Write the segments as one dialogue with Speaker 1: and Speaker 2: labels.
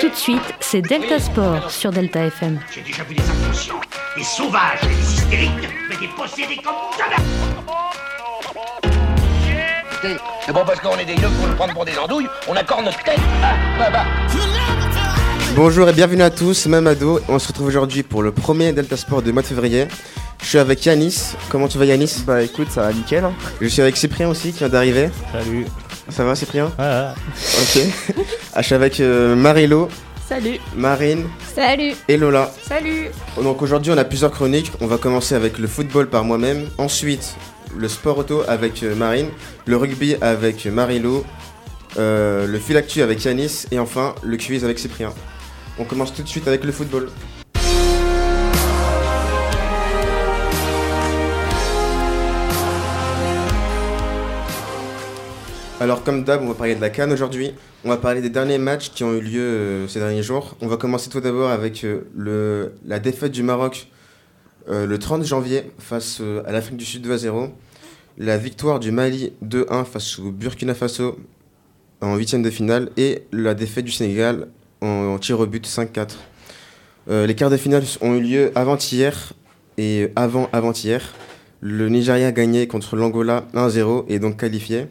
Speaker 1: Tout de suite, c'est Delta Sport sur Delta FM.
Speaker 2: J'ai déjà vu des inconscients, des sauvages, et des hystériques, mais des possédés comme jamais.
Speaker 3: C'est bon parce qu'on est des yeux pour nous prendre pour des andouilles, on accorde notre tête. Ah, bah, bah.
Speaker 4: Bonjour et bienvenue à tous, c'est Mamado. On se retrouve aujourd'hui pour le premier Delta Sport du mois de février. Je suis avec Yanis. Comment tu vas, Yanis
Speaker 5: Bah écoute, ça va nickel. hein.
Speaker 4: Je suis avec Cyprien aussi qui vient d'arriver.
Speaker 6: Salut.
Speaker 4: Ça va, Cyprien
Speaker 6: Ah,
Speaker 4: Ok. Ah, je suis avec euh, Marilo,
Speaker 7: Salut.
Speaker 4: Marine
Speaker 7: Salut.
Speaker 4: et Lola.
Speaker 7: Salut.
Speaker 4: Donc aujourd'hui, on a plusieurs chroniques. On va commencer avec le football par moi-même. Ensuite, le sport auto avec euh, Marine. Le rugby avec Marilo. euh, le fil actu avec Yanis. Et enfin, le quiz avec Cyprien. On commence tout de suite avec le football. Alors comme d'hab, on va parler de la Cannes aujourd'hui. On va parler des derniers matchs qui ont eu lieu euh, ces derniers jours. On va commencer tout d'abord avec euh, le, la défaite du Maroc euh, le 30 janvier face euh, à l'Afrique du Sud 2 à 0. La victoire du Mali 2-1 face au Burkina Faso en huitième de finale. Et la défaite du Sénégal en, en tir au but 5-4. Euh, les quarts de finale ont eu lieu avant-hier et avant-avant-hier. Le Nigeria a gagné contre l'Angola 1-0 et est donc qualifié.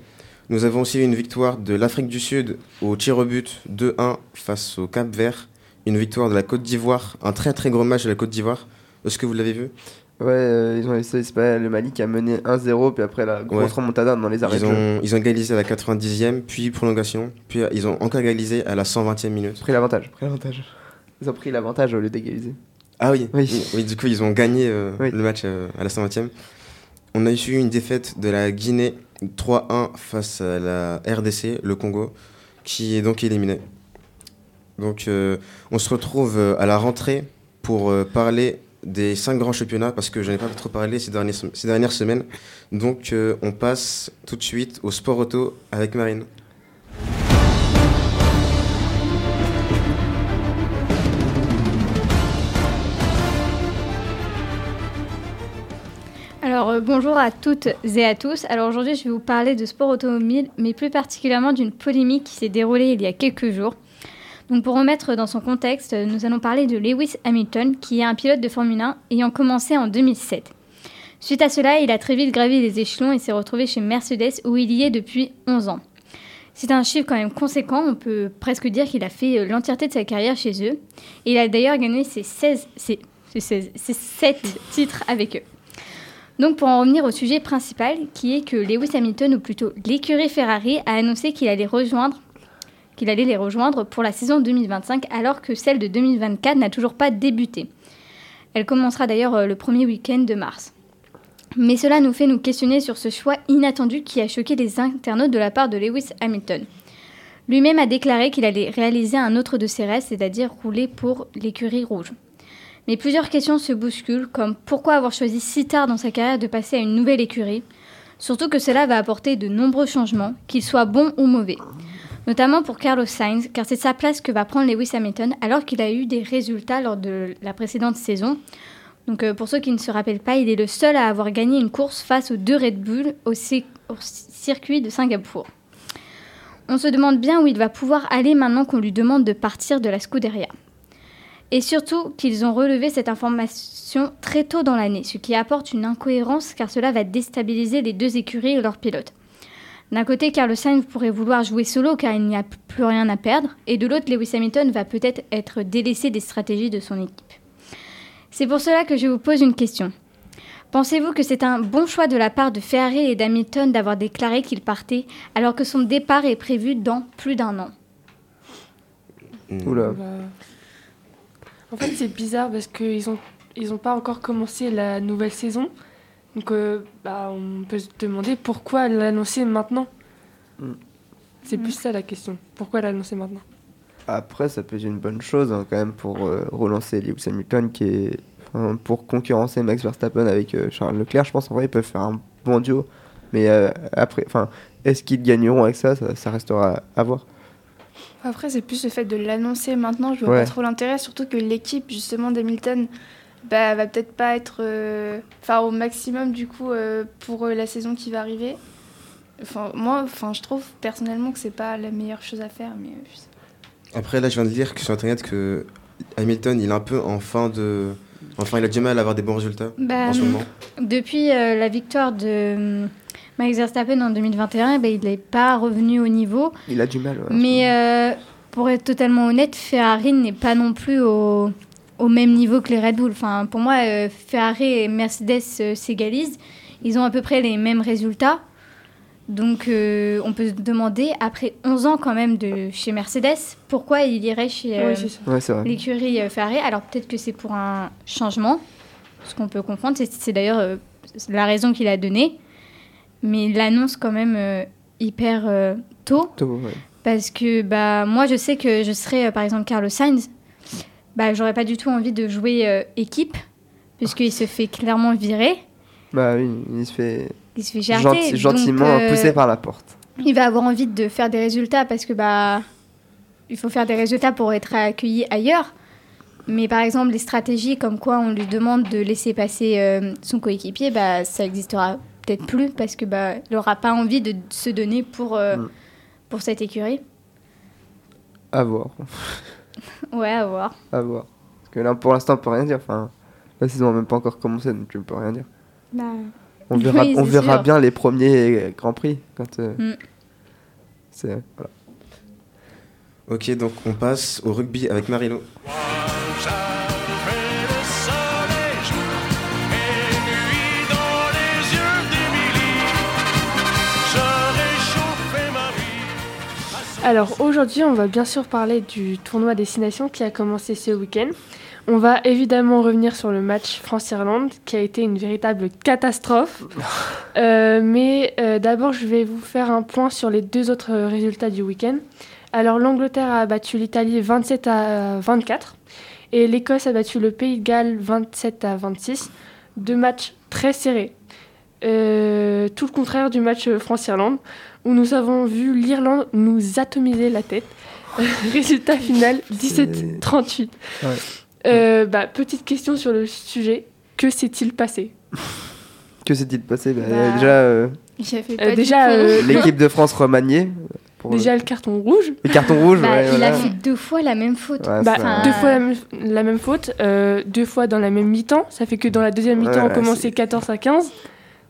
Speaker 4: Nous avons aussi une victoire de l'Afrique du Sud au tir au but 2-1 face au Cap Vert. Une victoire de la Côte d'Ivoire, un très très gros match de la Côte d'Ivoire. Est-ce que vous l'avez vu
Speaker 5: Ouais, euh, ils ont essayé, c'est pas le Mali qui a mené 1-0, puis après la grosse
Speaker 4: Ouais.
Speaker 5: remontada dans les arrêts.
Speaker 4: ils
Speaker 5: de jeu.
Speaker 4: ont, ils ont égalisé à la 90e, puis prolongation, puis euh, ils ont encore égalisé à la 120e minute.
Speaker 5: Ils ont pris l'avantage. pris l'avantage. Ils ont pris l'avantage au lieu d'égaliser.
Speaker 4: Ah oui,
Speaker 5: Oui.
Speaker 4: du coup ils ont gagné euh,
Speaker 5: Oui.
Speaker 4: le match euh, à la 120e. On a eu une défaite de la Guinée 3-1 face à la RDC, le Congo, qui est donc éliminé. Donc euh, on se retrouve euh, à la rentrée pour euh, parler des cinq grands championnats parce que je n'ai pas trop parlé ces dernières, sem- ces dernières semaines. Donc euh, on passe tout de suite au sport auto avec Marine.
Speaker 8: Alors euh, bonjour à toutes et à tous. Alors aujourd'hui je vais vous parler de sport automobile, mais plus particulièrement d'une polémique qui s'est déroulée il y a quelques jours. Donc pour remettre dans son contexte, euh, nous allons parler de Lewis Hamilton, qui est un pilote de Formule 1 ayant commencé en 2007. Suite à cela, il a très vite gravi les échelons et s'est retrouvé chez Mercedes où il y est depuis 11 ans. C'est un chiffre quand même conséquent, on peut presque dire qu'il a fait euh, l'entièreté de sa carrière chez eux. Et il a d'ailleurs gagné ses, 16, ses, ses 16 ses 7 titres avec eux. Donc pour en revenir au sujet principal, qui est que Lewis Hamilton, ou plutôt l'écurie Ferrari, a annoncé qu'il allait rejoindre qu'il allait les rejoindre pour la saison 2025 alors que celle de 2024 n'a toujours pas débuté. Elle commencera d'ailleurs euh, le premier week-end de mars. Mais cela nous fait nous questionner sur ce choix inattendu qui a choqué les internautes de la part de Lewis Hamilton. Lui-même a déclaré qu'il allait réaliser un autre de ses rêves, c'est-à-dire rouler pour l'écurie rouge. Mais plusieurs questions se bousculent, comme pourquoi avoir choisi si tard dans sa carrière de passer à une nouvelle écurie, surtout que cela va apporter de nombreux changements, qu'ils soient bons ou mauvais. Notamment pour Carlos Sainz, car c'est sa place que va prendre Lewis Hamilton alors qu'il a eu des résultats lors de la précédente saison. Donc euh, pour ceux qui ne se rappellent pas, il est le seul à avoir gagné une course face aux deux Red Bull au, ci- au circuit de Singapour. On se demande bien où il va pouvoir aller maintenant qu'on lui demande de partir de la Scuderia. Et surtout qu'ils ont relevé cette information très tôt dans l'année, ce qui apporte une incohérence car cela va déstabiliser les deux écuries et leurs pilotes. D'un côté, Carlos Sainz pourrait vouloir jouer solo car il n'y a plus rien à perdre, et de l'autre, Lewis Hamilton va peut-être être délaissé des stratégies de son équipe. C'est pour cela que je vous pose une question. Pensez-vous que c'est un bon choix de la part de Ferrari et d'Hamilton d'avoir déclaré qu'il partait alors que son départ est prévu dans plus d'un an
Speaker 4: Mm.
Speaker 5: Oula.
Speaker 7: Bah. En fait, c'est bizarre parce qu'ils ont ils ont pas encore commencé la nouvelle saison. Donc euh, bah, on peut se demander pourquoi l'annoncer maintenant.
Speaker 5: Mm.
Speaker 7: C'est plus ça la question. Pourquoi l'annoncer maintenant
Speaker 5: Après, ça peut être une bonne chose hein, quand même pour euh, relancer Lewis Hamilton qui est. enfin, pour concurrencer Max Verstappen avec euh, Charles Leclerc, je pense en vrai ils peuvent faire un bon duo. Mais euh, après, enfin, est-ce qu'ils gagneront avec ça, ça Ça restera à voir.
Speaker 9: Après, c'est plus le fait de l'annoncer maintenant, je vois
Speaker 5: Ouais.
Speaker 9: pas trop l'intérêt, surtout que l'équipe justement d'Hamilton bah, va peut-être pas être euh, enfin, au maximum du coup euh, pour euh, la saison qui va arriver. Enfin, moi, enfin, je trouve personnellement que c'est pas la meilleure chose à faire, mais euh, je sais pas.
Speaker 4: Après, là, je viens de lire que sur Internet que Hamilton, il est un peu en fin de. Enfin, il a du mal à avoir des bons résultats
Speaker 8: Bah,
Speaker 4: en ce moment.
Speaker 8: Depuis euh, la victoire de hum, Max Verstappen en 2021, eh ben, il n'est pas revenu au niveau.
Speaker 5: Il a du mal. ouais.
Speaker 8: Mais euh, pour être totalement honnête, Ferrari n'est pas non plus au, au même niveau que les Red Bull. Enfin, pour moi, euh, Ferrari et Mercedes euh, s'égalisent. Ils ont à peu près les mêmes résultats. Donc euh, on peut se demander, après 11 ans quand même de chez Mercedes, pourquoi il irait chez euh,
Speaker 7: Oui, c'est ça.
Speaker 5: Ouais, c'est vrai.
Speaker 8: l'écurie euh, Ferrari. Alors peut-être que c'est pour un changement, ce qu'on peut comprendre. C'est- C'est d'ailleurs euh, la raison qu'il a donnée. Mais il l'annonce quand même euh, hyper euh, tôt.
Speaker 5: Tôt, ouais.
Speaker 8: Parce que bah, moi, je sais que je serais, euh, par exemple, Carlos Sainz. Bah, j'aurais pas du tout envie de jouer euh, équipe, puisqu'il se fait clairement virer.
Speaker 5: Bah oui, il se fait
Speaker 8: Il se fait charter.
Speaker 5: gentil- gentiment
Speaker 8: donc, euh,
Speaker 5: poussé par la porte.
Speaker 8: Il va avoir envie de faire des résultats, parce que bah, il faut faire des résultats pour être accueilli ailleurs. Mais par exemple, les stratégies comme quoi on lui demande de laisser passer euh, son coéquipier, bah, ça n'existera peut-être plus, parce que bah, il n'aura pas envie de se donner pour, euh,
Speaker 5: Mm.
Speaker 8: pour cette écurie.
Speaker 5: À voir.
Speaker 8: Ouais, à voir.
Speaker 5: À voir. Parce que là, pour l'instant, on peut rien dire. Enfin, la saison n'a même pas encore commencé, donc je ne peux rien dire.
Speaker 7: Bah,
Speaker 5: On
Speaker 8: Oui,
Speaker 5: verra, on
Speaker 8: c'est
Speaker 5: verra
Speaker 8: sûr.
Speaker 5: bien les premiers euh, Grands Prix. Quand, euh,
Speaker 8: Mm.
Speaker 5: c'est, voilà.
Speaker 4: Ok, donc on passe au rugby avec Marino.
Speaker 7: Alors aujourd'hui, on va bien sûr parler du tournoi Destination qui a commencé ce week-end. On va évidemment revenir sur le match France-Irlande qui a été une véritable catastrophe. Euh, mais euh, d'abord, je vais vous faire un point sur les deux autres euh, résultats du week-end. Alors l'Angleterre a battu l'Italie 27 à 24 et l'Écosse a battu le Pays de Galles 27 à 26. Deux matchs très serrés. Euh, tout le contraire du match euh, France-Irlande où nous avons vu l'Irlande nous atomiser la tête. Résultat final, 17-38.
Speaker 5: Ouais.
Speaker 7: Euh, bah, petite question sur le sujet. Que s'est-il passé
Speaker 5: Que s'est-il passé Bah, il y a
Speaker 9: Bah,
Speaker 5: Déjà, euh,
Speaker 9: J'avais
Speaker 7: Euh,
Speaker 9: pas
Speaker 7: Déjà,
Speaker 9: du tout.
Speaker 7: euh,
Speaker 5: l'équipe de France remaniée. Pour
Speaker 7: déjà le carton rouge.
Speaker 5: le carton rouge.
Speaker 8: Bah,
Speaker 5: ouais,
Speaker 8: il
Speaker 5: voilà.
Speaker 8: a fait deux fois la même faute.
Speaker 5: Ouais,
Speaker 7: Bah,
Speaker 5: Ah, ça-
Speaker 7: deux fois la, même- la même faute, euh, deux fois dans la même mi-temps. Ça fait que dans la deuxième mi-temps,
Speaker 5: Ouais,
Speaker 7: on
Speaker 5: ouais,
Speaker 7: commençait
Speaker 5: c'est-
Speaker 7: 14 à 15.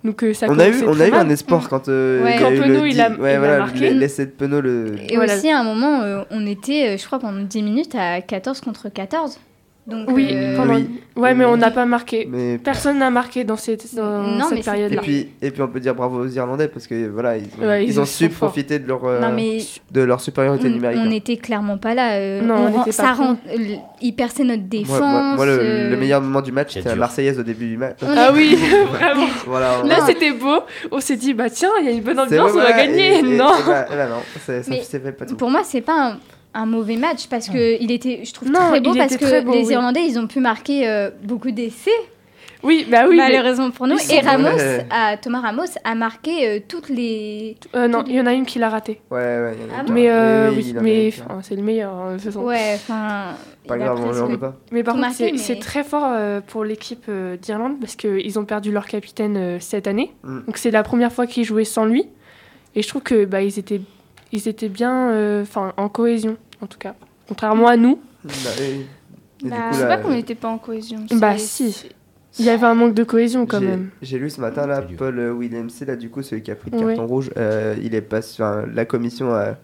Speaker 7: Donc euh, ça
Speaker 5: on a eu,
Speaker 7: commençait
Speaker 5: on a
Speaker 7: très
Speaker 5: eu un
Speaker 7: mal.
Speaker 5: espoir quand, euh,
Speaker 8: Ouais.
Speaker 5: il y a
Speaker 7: Quand
Speaker 5: eu
Speaker 7: Penaud,
Speaker 5: le
Speaker 7: il a-
Speaker 5: dix-
Speaker 7: il
Speaker 5: ouais,
Speaker 7: a
Speaker 5: voilà,
Speaker 7: marqué.
Speaker 5: l- l'essai de Penaud. Le...
Speaker 8: Et
Speaker 7: Voilà.
Speaker 8: aussi, à un moment, euh, on était, euh, je crois, pendant 10 minutes à 14 contre 14. Donc,
Speaker 7: Oui,
Speaker 8: euh,
Speaker 7: pendant-
Speaker 5: oui.
Speaker 7: Ouais, mais on n'a pas marqué.
Speaker 5: Mais
Speaker 7: Personne n'a marqué dans cette, dans
Speaker 8: Non, mais
Speaker 7: cette
Speaker 8: c'était-
Speaker 5: Et
Speaker 7: période-là.
Speaker 5: puis, et puis on peut dire bravo aux Irlandais parce que voilà, ils ont,
Speaker 7: Ouais,
Speaker 5: ils
Speaker 7: ils
Speaker 5: ont
Speaker 7: sont
Speaker 5: su
Speaker 7: forts.
Speaker 5: profiter de leur, euh,
Speaker 8: non, mais
Speaker 5: de leur supériorité
Speaker 8: on-
Speaker 5: numérique.
Speaker 8: on
Speaker 5: hein.
Speaker 8: n'était clairement pas là. euh,
Speaker 7: Non,
Speaker 8: on
Speaker 7: on
Speaker 8: rend-
Speaker 7: n'était
Speaker 8: ça
Speaker 7: pas
Speaker 8: rend, l- il perçait notre défense.
Speaker 5: Moi, moi- moi, le,
Speaker 8: euh,
Speaker 5: le meilleur moment du match,
Speaker 2: C'est
Speaker 5: c'était la
Speaker 2: dur.
Speaker 5: Marseillaise au début du match.
Speaker 8: on
Speaker 7: Ah
Speaker 8: est-
Speaker 7: oui, vraiment.
Speaker 5: Voilà, on-
Speaker 7: Là,
Speaker 8: Non.
Speaker 7: c'était beau. On s'est dit, bah tiens, il y a une bonne
Speaker 5: C'est-
Speaker 7: ambiance, on
Speaker 5: voilà,
Speaker 7: va gagner.
Speaker 5: et- et-
Speaker 7: non.
Speaker 5: et bah- et bah non, c'est- ça
Speaker 8: Mais
Speaker 5: s'est fait pas tout.
Speaker 8: Pour moi, c'est pas un, un mauvais match parce que il était, je trouve,
Speaker 7: Non,
Speaker 8: très beau
Speaker 7: il
Speaker 8: parce
Speaker 7: était très
Speaker 8: que
Speaker 7: beau,
Speaker 8: les
Speaker 7: oui.
Speaker 8: Irlandais, ils ont pu marquer euh, beaucoup d'essais.
Speaker 7: Oui, bah oui. mais-
Speaker 8: malheureusement pour nous.
Speaker 7: Ils sont
Speaker 8: Et Ramos,
Speaker 5: mauvais.
Speaker 8: a- Thomas Ramos a marqué euh, toutes les.
Speaker 7: Euh, non, il y en a une qui l'a raté.
Speaker 5: Ouais, ouais, il y en a
Speaker 8: Ah
Speaker 5: eu
Speaker 8: bon
Speaker 5: un.
Speaker 7: Mais, euh,
Speaker 5: Oui, oui,
Speaker 7: oui,
Speaker 5: il en a eu
Speaker 7: mais
Speaker 5: un.
Speaker 7: enfin, c'est le meilleur. hein, de toute façon.
Speaker 8: Ouais, enfin.
Speaker 5: Pas
Speaker 8: il a
Speaker 5: grave, on
Speaker 8: presque-
Speaker 5: on veut pas.
Speaker 7: Mais par
Speaker 8: Tout
Speaker 7: contre,
Speaker 8: marqué,
Speaker 7: c'est
Speaker 8: mais-
Speaker 7: c'est très fort euh, pour l'équipe euh, d'Irlande parce qu'ils ont perdu leur capitaine euh, cette année.
Speaker 5: Mm.
Speaker 7: Donc c'est la première fois qu'ils jouaient sans lui. Et je trouve que bah, ils étaient, ils étaient bien euh, enfin, en cohésion, en tout cas. Contrairement à nous,
Speaker 5: Bah, et- et du
Speaker 8: Bah,
Speaker 5: coup,
Speaker 9: Je sais
Speaker 5: là, euh,
Speaker 9: pas qu'on n'était pas en cohésion.
Speaker 7: bah
Speaker 9: c'est-
Speaker 7: si, il y avait un manque de cohésion quand
Speaker 5: j'ai-
Speaker 7: même.
Speaker 5: J'ai lu ce matin là,
Speaker 2: C'est dur.
Speaker 5: Paul euh, Williams, là du coup celui qui a pris le
Speaker 7: Oui.
Speaker 5: carton rouge, euh, il est pas, enfin, la commission a,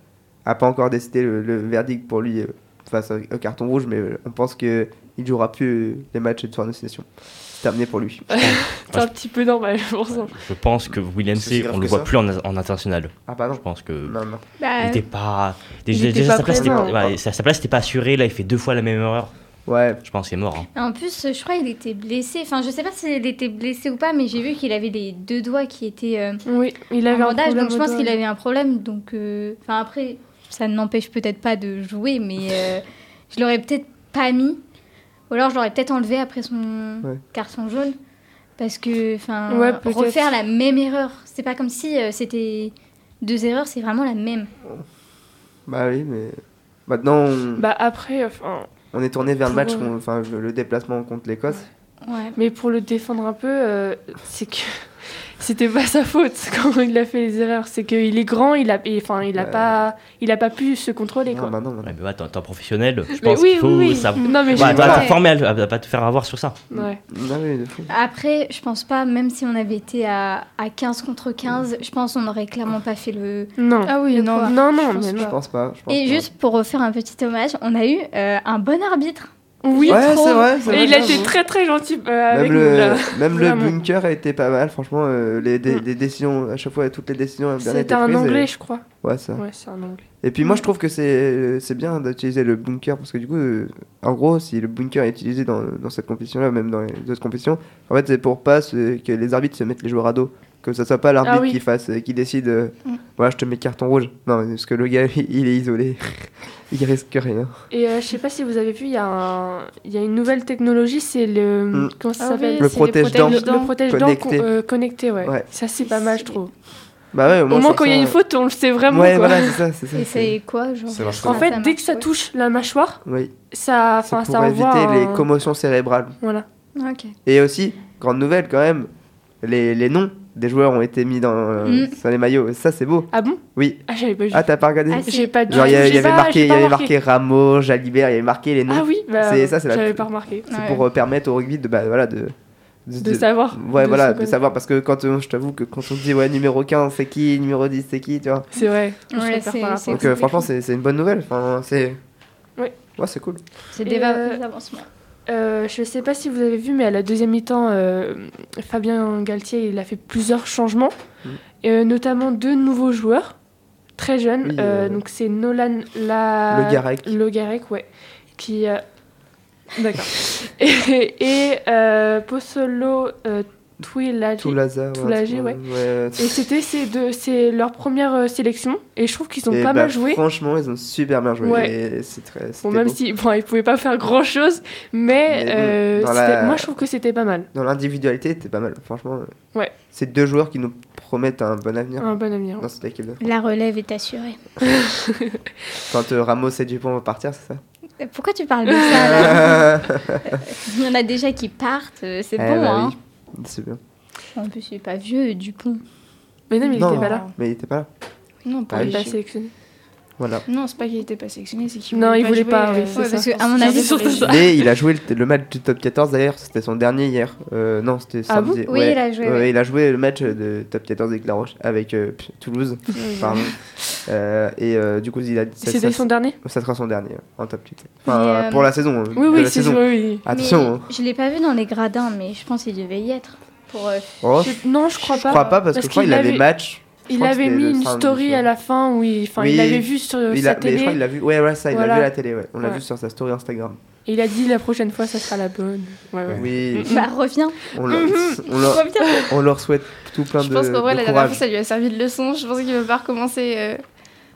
Speaker 5: a pas encore décidé le, le verdict pour lui euh, face au, au carton rouge, mais euh, on pense que il jouera plus euh, les matchs de tournoi de destination. C'est terminé pour lui.
Speaker 7: C'est un petit peu normal, je pense. hein.
Speaker 6: Je pense que William
Speaker 4: C'est si
Speaker 6: C,
Speaker 4: grave
Speaker 6: on le
Speaker 4: que
Speaker 6: voit
Speaker 4: ça
Speaker 6: plus en, en international.
Speaker 5: Ah bah
Speaker 6: Je
Speaker 5: non,
Speaker 6: pense que.
Speaker 5: non non.
Speaker 8: Bah,
Speaker 6: Il était pas.
Speaker 7: Il
Speaker 6: Déjà,
Speaker 7: était
Speaker 6: déjà,
Speaker 7: pas
Speaker 6: sa, Euh, place, c'était pas-
Speaker 7: présent.
Speaker 6: ouais, sa sa place c'était pas assurée. Là, il fait deux fois la même erreur.
Speaker 5: Ouais,
Speaker 6: Je pense qu'il est mort. hein.
Speaker 8: En plus, je crois qu'il était blessé. Enfin, je sais pas s'il était blessé ou pas, mais j'ai vu qu'il avait les deux doigts qui étaient euh,
Speaker 7: Oui, il
Speaker 8: en
Speaker 7: avait un
Speaker 8: bandage,
Speaker 7: problème
Speaker 8: donc je
Speaker 7: au
Speaker 8: pense
Speaker 7: doigt.
Speaker 8: qu'il avait un problème. Donc, euh, enfin après, ça ne n'empêche peut-être pas de jouer, mais euh, je l'aurais peut-être pas mis, ou alors je l'aurais peut-être enlevé après son
Speaker 5: Ouais.
Speaker 8: carton jaune, parce que enfin
Speaker 7: Ouais, peut-être.
Speaker 8: refaire la même erreur, c'est pas comme si euh, c'était deux erreurs, c'est vraiment la même.
Speaker 5: bah oui, mais maintenant on,
Speaker 7: Bah après, enfin,
Speaker 5: on est tourné vers le match,
Speaker 7: pour, euh,
Speaker 5: qu'on- enfin le déplacement contre l'Écosse.
Speaker 8: Ouais.
Speaker 7: Mais pour le défendre un peu, euh, c'est que c'était pas sa faute quand il a fait les erreurs. C'est qu'il est grand, il a, et, enfin, il a
Speaker 5: Ouais.
Speaker 7: pas, il a pas pu se contrôler
Speaker 5: Non,
Speaker 7: quoi.
Speaker 5: bah non, bah non.
Speaker 6: Ouais, mais ouais, t'es un- t'es un professionnel, je
Speaker 7: Mais
Speaker 6: pense qu'il faut savoir.
Speaker 7: Non mais
Speaker 6: Bah,
Speaker 7: je
Speaker 6: t'as-
Speaker 5: voilà.
Speaker 6: t'as formé à, à pas te faire avoir sur ça.
Speaker 7: Ouais.
Speaker 5: Non, mais de fou.
Speaker 8: Après, je pense pas, même si on avait été à, à 15 contre 15, je pense on n'aurait clairement pas fait le.
Speaker 7: Non.
Speaker 9: Ah oui, non.
Speaker 7: non, non,
Speaker 9: je pense
Speaker 7: mais
Speaker 5: Je
Speaker 7: non.
Speaker 5: pense pas. je pense
Speaker 8: Et
Speaker 5: pas.
Speaker 8: juste pour refaire un petit hommage, on a eu euh, un bon arbitre.
Speaker 7: Oui,
Speaker 5: Ouais,
Speaker 7: trop.
Speaker 5: c'est vrai, c'est
Speaker 7: Et
Speaker 5: vrai,
Speaker 7: il a
Speaker 5: j'avoue.
Speaker 7: été très très gentil euh, avec
Speaker 5: Même
Speaker 7: nous.
Speaker 5: le,
Speaker 7: là.
Speaker 5: même le
Speaker 7: Vraiment.
Speaker 5: bunker a été pas mal, franchement. euh, les, des-
Speaker 7: Mm.
Speaker 5: des décisions, à chaque fois, toutes les décisions. la dernière
Speaker 7: C'était
Speaker 5: était
Speaker 7: un
Speaker 5: prise, et-
Speaker 7: anglais, Mm. je crois.
Speaker 5: Ouais, ça.
Speaker 7: Ouais, c'est un anglais.
Speaker 5: Et puis moi je trouve que c'est c'est bien d'utiliser le bunker parce que du coup, euh, en gros, si le bunker est utilisé dans, dans cette compétition-là, même dans les autres compétitions, en fait c'est pour pas se- que les arbitres se mettent les joueurs à dos. Que ça soit pas l'arbitre
Speaker 7: Ah oui.
Speaker 5: qui fasse, euh, qui décide, euh,
Speaker 9: Mm.
Speaker 5: voilà, je te mets carton rouge. Non, mais parce que le gars, il il est isolé, il risque rien.
Speaker 7: Et euh, je sais pas si vous avez vu, il y, a un- il y a une nouvelle technologie, c'est le.
Speaker 5: Mm.
Speaker 7: Comment ça
Speaker 9: Ah
Speaker 7: s'appelle
Speaker 9: oui,
Speaker 5: Le
Speaker 9: c'est les
Speaker 5: protège-dents.
Speaker 7: Le,
Speaker 9: protège-dents.
Speaker 7: le protège-dents
Speaker 5: Connecté.
Speaker 7: con- euh, connecté, ouais.
Speaker 5: Ouais.
Speaker 7: Ça, c'est pas mal, je trouve.
Speaker 5: Bah ouais,
Speaker 7: Au moins,
Speaker 5: ça
Speaker 7: quand il y a
Speaker 5: sent-
Speaker 7: une faute, on le sait vraiment.
Speaker 5: ouais,
Speaker 7: quoi.
Speaker 5: voilà, c'est ça, c'est ça.
Speaker 8: Et
Speaker 5: c'est-
Speaker 8: c'est quoi, genre euh,
Speaker 4: Ça marche
Speaker 7: En
Speaker 4: comment
Speaker 7: fait,
Speaker 8: marche,
Speaker 7: dès que ça
Speaker 8: ouais.
Speaker 7: touche la mâchoire,
Speaker 5: Oui,
Speaker 7: ça,
Speaker 5: c'est
Speaker 7: enfin, euh.
Speaker 5: pour
Speaker 7: ça
Speaker 5: éviter
Speaker 7: envoie.
Speaker 5: les
Speaker 7: un-
Speaker 5: commotions cérébrales.
Speaker 7: Voilà.
Speaker 8: Ok.
Speaker 5: Et aussi, grande nouvelle quand même, les, les noms des joueurs ont été mis dans, euh,
Speaker 8: Mm.
Speaker 5: sur les maillots. Ça c'est beau.
Speaker 7: Ah bon
Speaker 5: Oui.
Speaker 7: Ah, j'avais pas vu.
Speaker 5: Ah t'as pas regardé
Speaker 8: Ah, si.
Speaker 7: j'ai pas du
Speaker 5: Genre, il y, a-
Speaker 7: tout-
Speaker 5: il y
Speaker 7: j'ai
Speaker 5: avait
Speaker 7: pas-
Speaker 5: marqué,
Speaker 7: j'ai
Speaker 5: il y
Speaker 7: pas
Speaker 5: avait marqué Rameau, Jalibert, il y avait marqué les noms.
Speaker 7: Ah oui, bah,
Speaker 5: C'est- ça, c'est la-
Speaker 7: j'avais pas remarqué.
Speaker 5: c'est
Speaker 8: Ouais.
Speaker 5: pour euh, permettre au rugby de, bah, voilà, de, de-
Speaker 7: De
Speaker 5: de-
Speaker 7: savoir.
Speaker 5: Ouais,
Speaker 7: de
Speaker 5: voilà,
Speaker 7: se
Speaker 5: de savoir. Parce que quand euh, je t'avoue que quand on dit, ouais, numéro 15, c'est qui Numéro 10, c'est qui Tu vois.
Speaker 7: connaître. C'est vrai. on se
Speaker 8: Ouais,
Speaker 7: prépare
Speaker 8: c'est-
Speaker 7: par
Speaker 8: c'est
Speaker 7: rapport.
Speaker 5: Donc, euh, franchement, c'est c'est une bonne nouvelle. Enfin, c'est.
Speaker 7: Ouais.
Speaker 5: Ouais, c'est cool.
Speaker 8: C'est
Speaker 7: Et,
Speaker 8: des, va-
Speaker 7: euh,
Speaker 8: des avancements.
Speaker 7: Euh, je sais pas si vous avez vu, mais à la deuxième mi-temps, euh, Fabien Galtier, il a fait plusieurs changements,
Speaker 5: Mhm.
Speaker 7: Euh, notamment deux nouveaux joueurs, très jeunes.
Speaker 5: Oui,
Speaker 7: Euh,
Speaker 5: euh,
Speaker 7: donc c'est Nolan La...
Speaker 5: Le Garec.
Speaker 7: Le Garec, ouais. Qui. euh, D'accord. et et euh, Pozzolo, euh, Tuilagi.
Speaker 5: Tout laser.
Speaker 7: Toulagé, ouais. Et c'était ces deux, c'est leur première euh, sélection, et je trouve qu'ils ont
Speaker 5: Et
Speaker 7: pas
Speaker 5: bah,
Speaker 7: mal joué.
Speaker 5: Franchement, ils ont super bien joué.
Speaker 7: Ouais.
Speaker 5: Et c'est très.
Speaker 7: Bon,
Speaker 5: c'était
Speaker 7: même
Speaker 5: beau.
Speaker 7: si bon, ils pouvaient pas faire grand chose, mais,
Speaker 5: Mais bon,
Speaker 7: euh,
Speaker 5: dans
Speaker 7: c'était-
Speaker 5: la-
Speaker 7: moi je trouve que c'était pas mal.
Speaker 5: Dans l'individualité, c'était pas mal. Franchement. euh,
Speaker 7: Ouais.
Speaker 5: C'est deux joueurs qui nous promettent un bon avenir
Speaker 7: Un bon avenir.
Speaker 5: dans cette équipe.
Speaker 8: La relève est assurée.
Speaker 5: Quand euh, Ramos et Dupont vont partir, c'est ça
Speaker 8: Pourquoi tu parles de ça là Il y en a déjà qui partent, euh, c'est
Speaker 5: Eh
Speaker 8: bon,
Speaker 5: bah
Speaker 8: hein.
Speaker 5: oui, C'est bien.
Speaker 8: En plus, il est pas vieux, Dupont.
Speaker 7: Mais non, mais il
Speaker 5: Non.
Speaker 7: était pas là. Bah,
Speaker 5: Mais il était pas là.
Speaker 9: Non,
Speaker 5: Ah
Speaker 9: pas
Speaker 5: oui.
Speaker 7: Il
Speaker 9: les-
Speaker 7: a sélectionné.
Speaker 5: Voilà.
Speaker 9: Non, c'est pas qu'il était pas sélectionné, c'est qu'il
Speaker 7: Non, il voulait
Speaker 9: jouer,
Speaker 7: pas, oui,
Speaker 9: euh,
Speaker 7: c'est
Speaker 9: ouais,
Speaker 7: ça.
Speaker 9: parce que,
Speaker 8: à mon
Speaker 7: C'est
Speaker 8: avis,
Speaker 7: surtout
Speaker 8: sur les-
Speaker 7: ça.
Speaker 5: Mais il a joué le, le match du top 14 d'ailleurs, c'était son dernier hier. Euh, non, c'était
Speaker 7: Ah
Speaker 5: samedi.
Speaker 8: bon Oui,
Speaker 5: ouais.
Speaker 8: il a joué,
Speaker 5: Ouais,
Speaker 8: ouais.
Speaker 5: il a joué le match euh, de top 14 avec, la Roche, avec euh, pff, Toulouse. pardon. Euh, et euh, du coup, il a dit ça,
Speaker 7: C'était
Speaker 5: ça,
Speaker 7: son dernier
Speaker 5: ça sera son dernier en top 14. Enfin,
Speaker 8: Mais, euh,
Speaker 5: pour la saison. euh,
Speaker 7: Oui,
Speaker 5: de
Speaker 7: oui,
Speaker 5: la
Speaker 7: c'est
Speaker 5: saison.
Speaker 7: oui.
Speaker 5: Attention. hein.
Speaker 8: Mais Je l'ai pas vu dans les gradins, mais je pense qu'il devait y être. Pour, euh,
Speaker 5: Oh,
Speaker 7: oui. Je- Non, je crois pas.
Speaker 5: je crois pas parce, que je crois qu'il avait match. je
Speaker 7: il
Speaker 5: crois que
Speaker 7: avait
Speaker 5: c'était
Speaker 7: mis
Speaker 5: le
Speaker 7: une
Speaker 5: samedi
Speaker 7: story
Speaker 5: soir.
Speaker 7: à la fin où il, enfin, il
Speaker 5: Oui.
Speaker 7: avait vu sur
Speaker 5: Il
Speaker 7: sa
Speaker 5: a- mais je
Speaker 7: télé
Speaker 5: crois qu'il l'a vu. Ouais, ouais, ça, il
Speaker 7: Voilà.
Speaker 5: l'a vu à la télé. Ouais. On l'a
Speaker 7: Ouais.
Speaker 5: vu sur sa story Instagram.
Speaker 7: et il a dit la prochaine fois ça sera la bonne. Ouais, ouais.
Speaker 5: Oui,
Speaker 8: Bah, reviens.
Speaker 5: on leur, on leur-
Speaker 8: reviens.
Speaker 5: on leur souhaite tout plein
Speaker 9: Je
Speaker 5: de,
Speaker 9: pense qu'en vrai,
Speaker 5: de
Speaker 9: la dernière
Speaker 5: courage.
Speaker 9: fois, ça lui a servi de leçon. Je pense qu'il veut pas recommencer euh,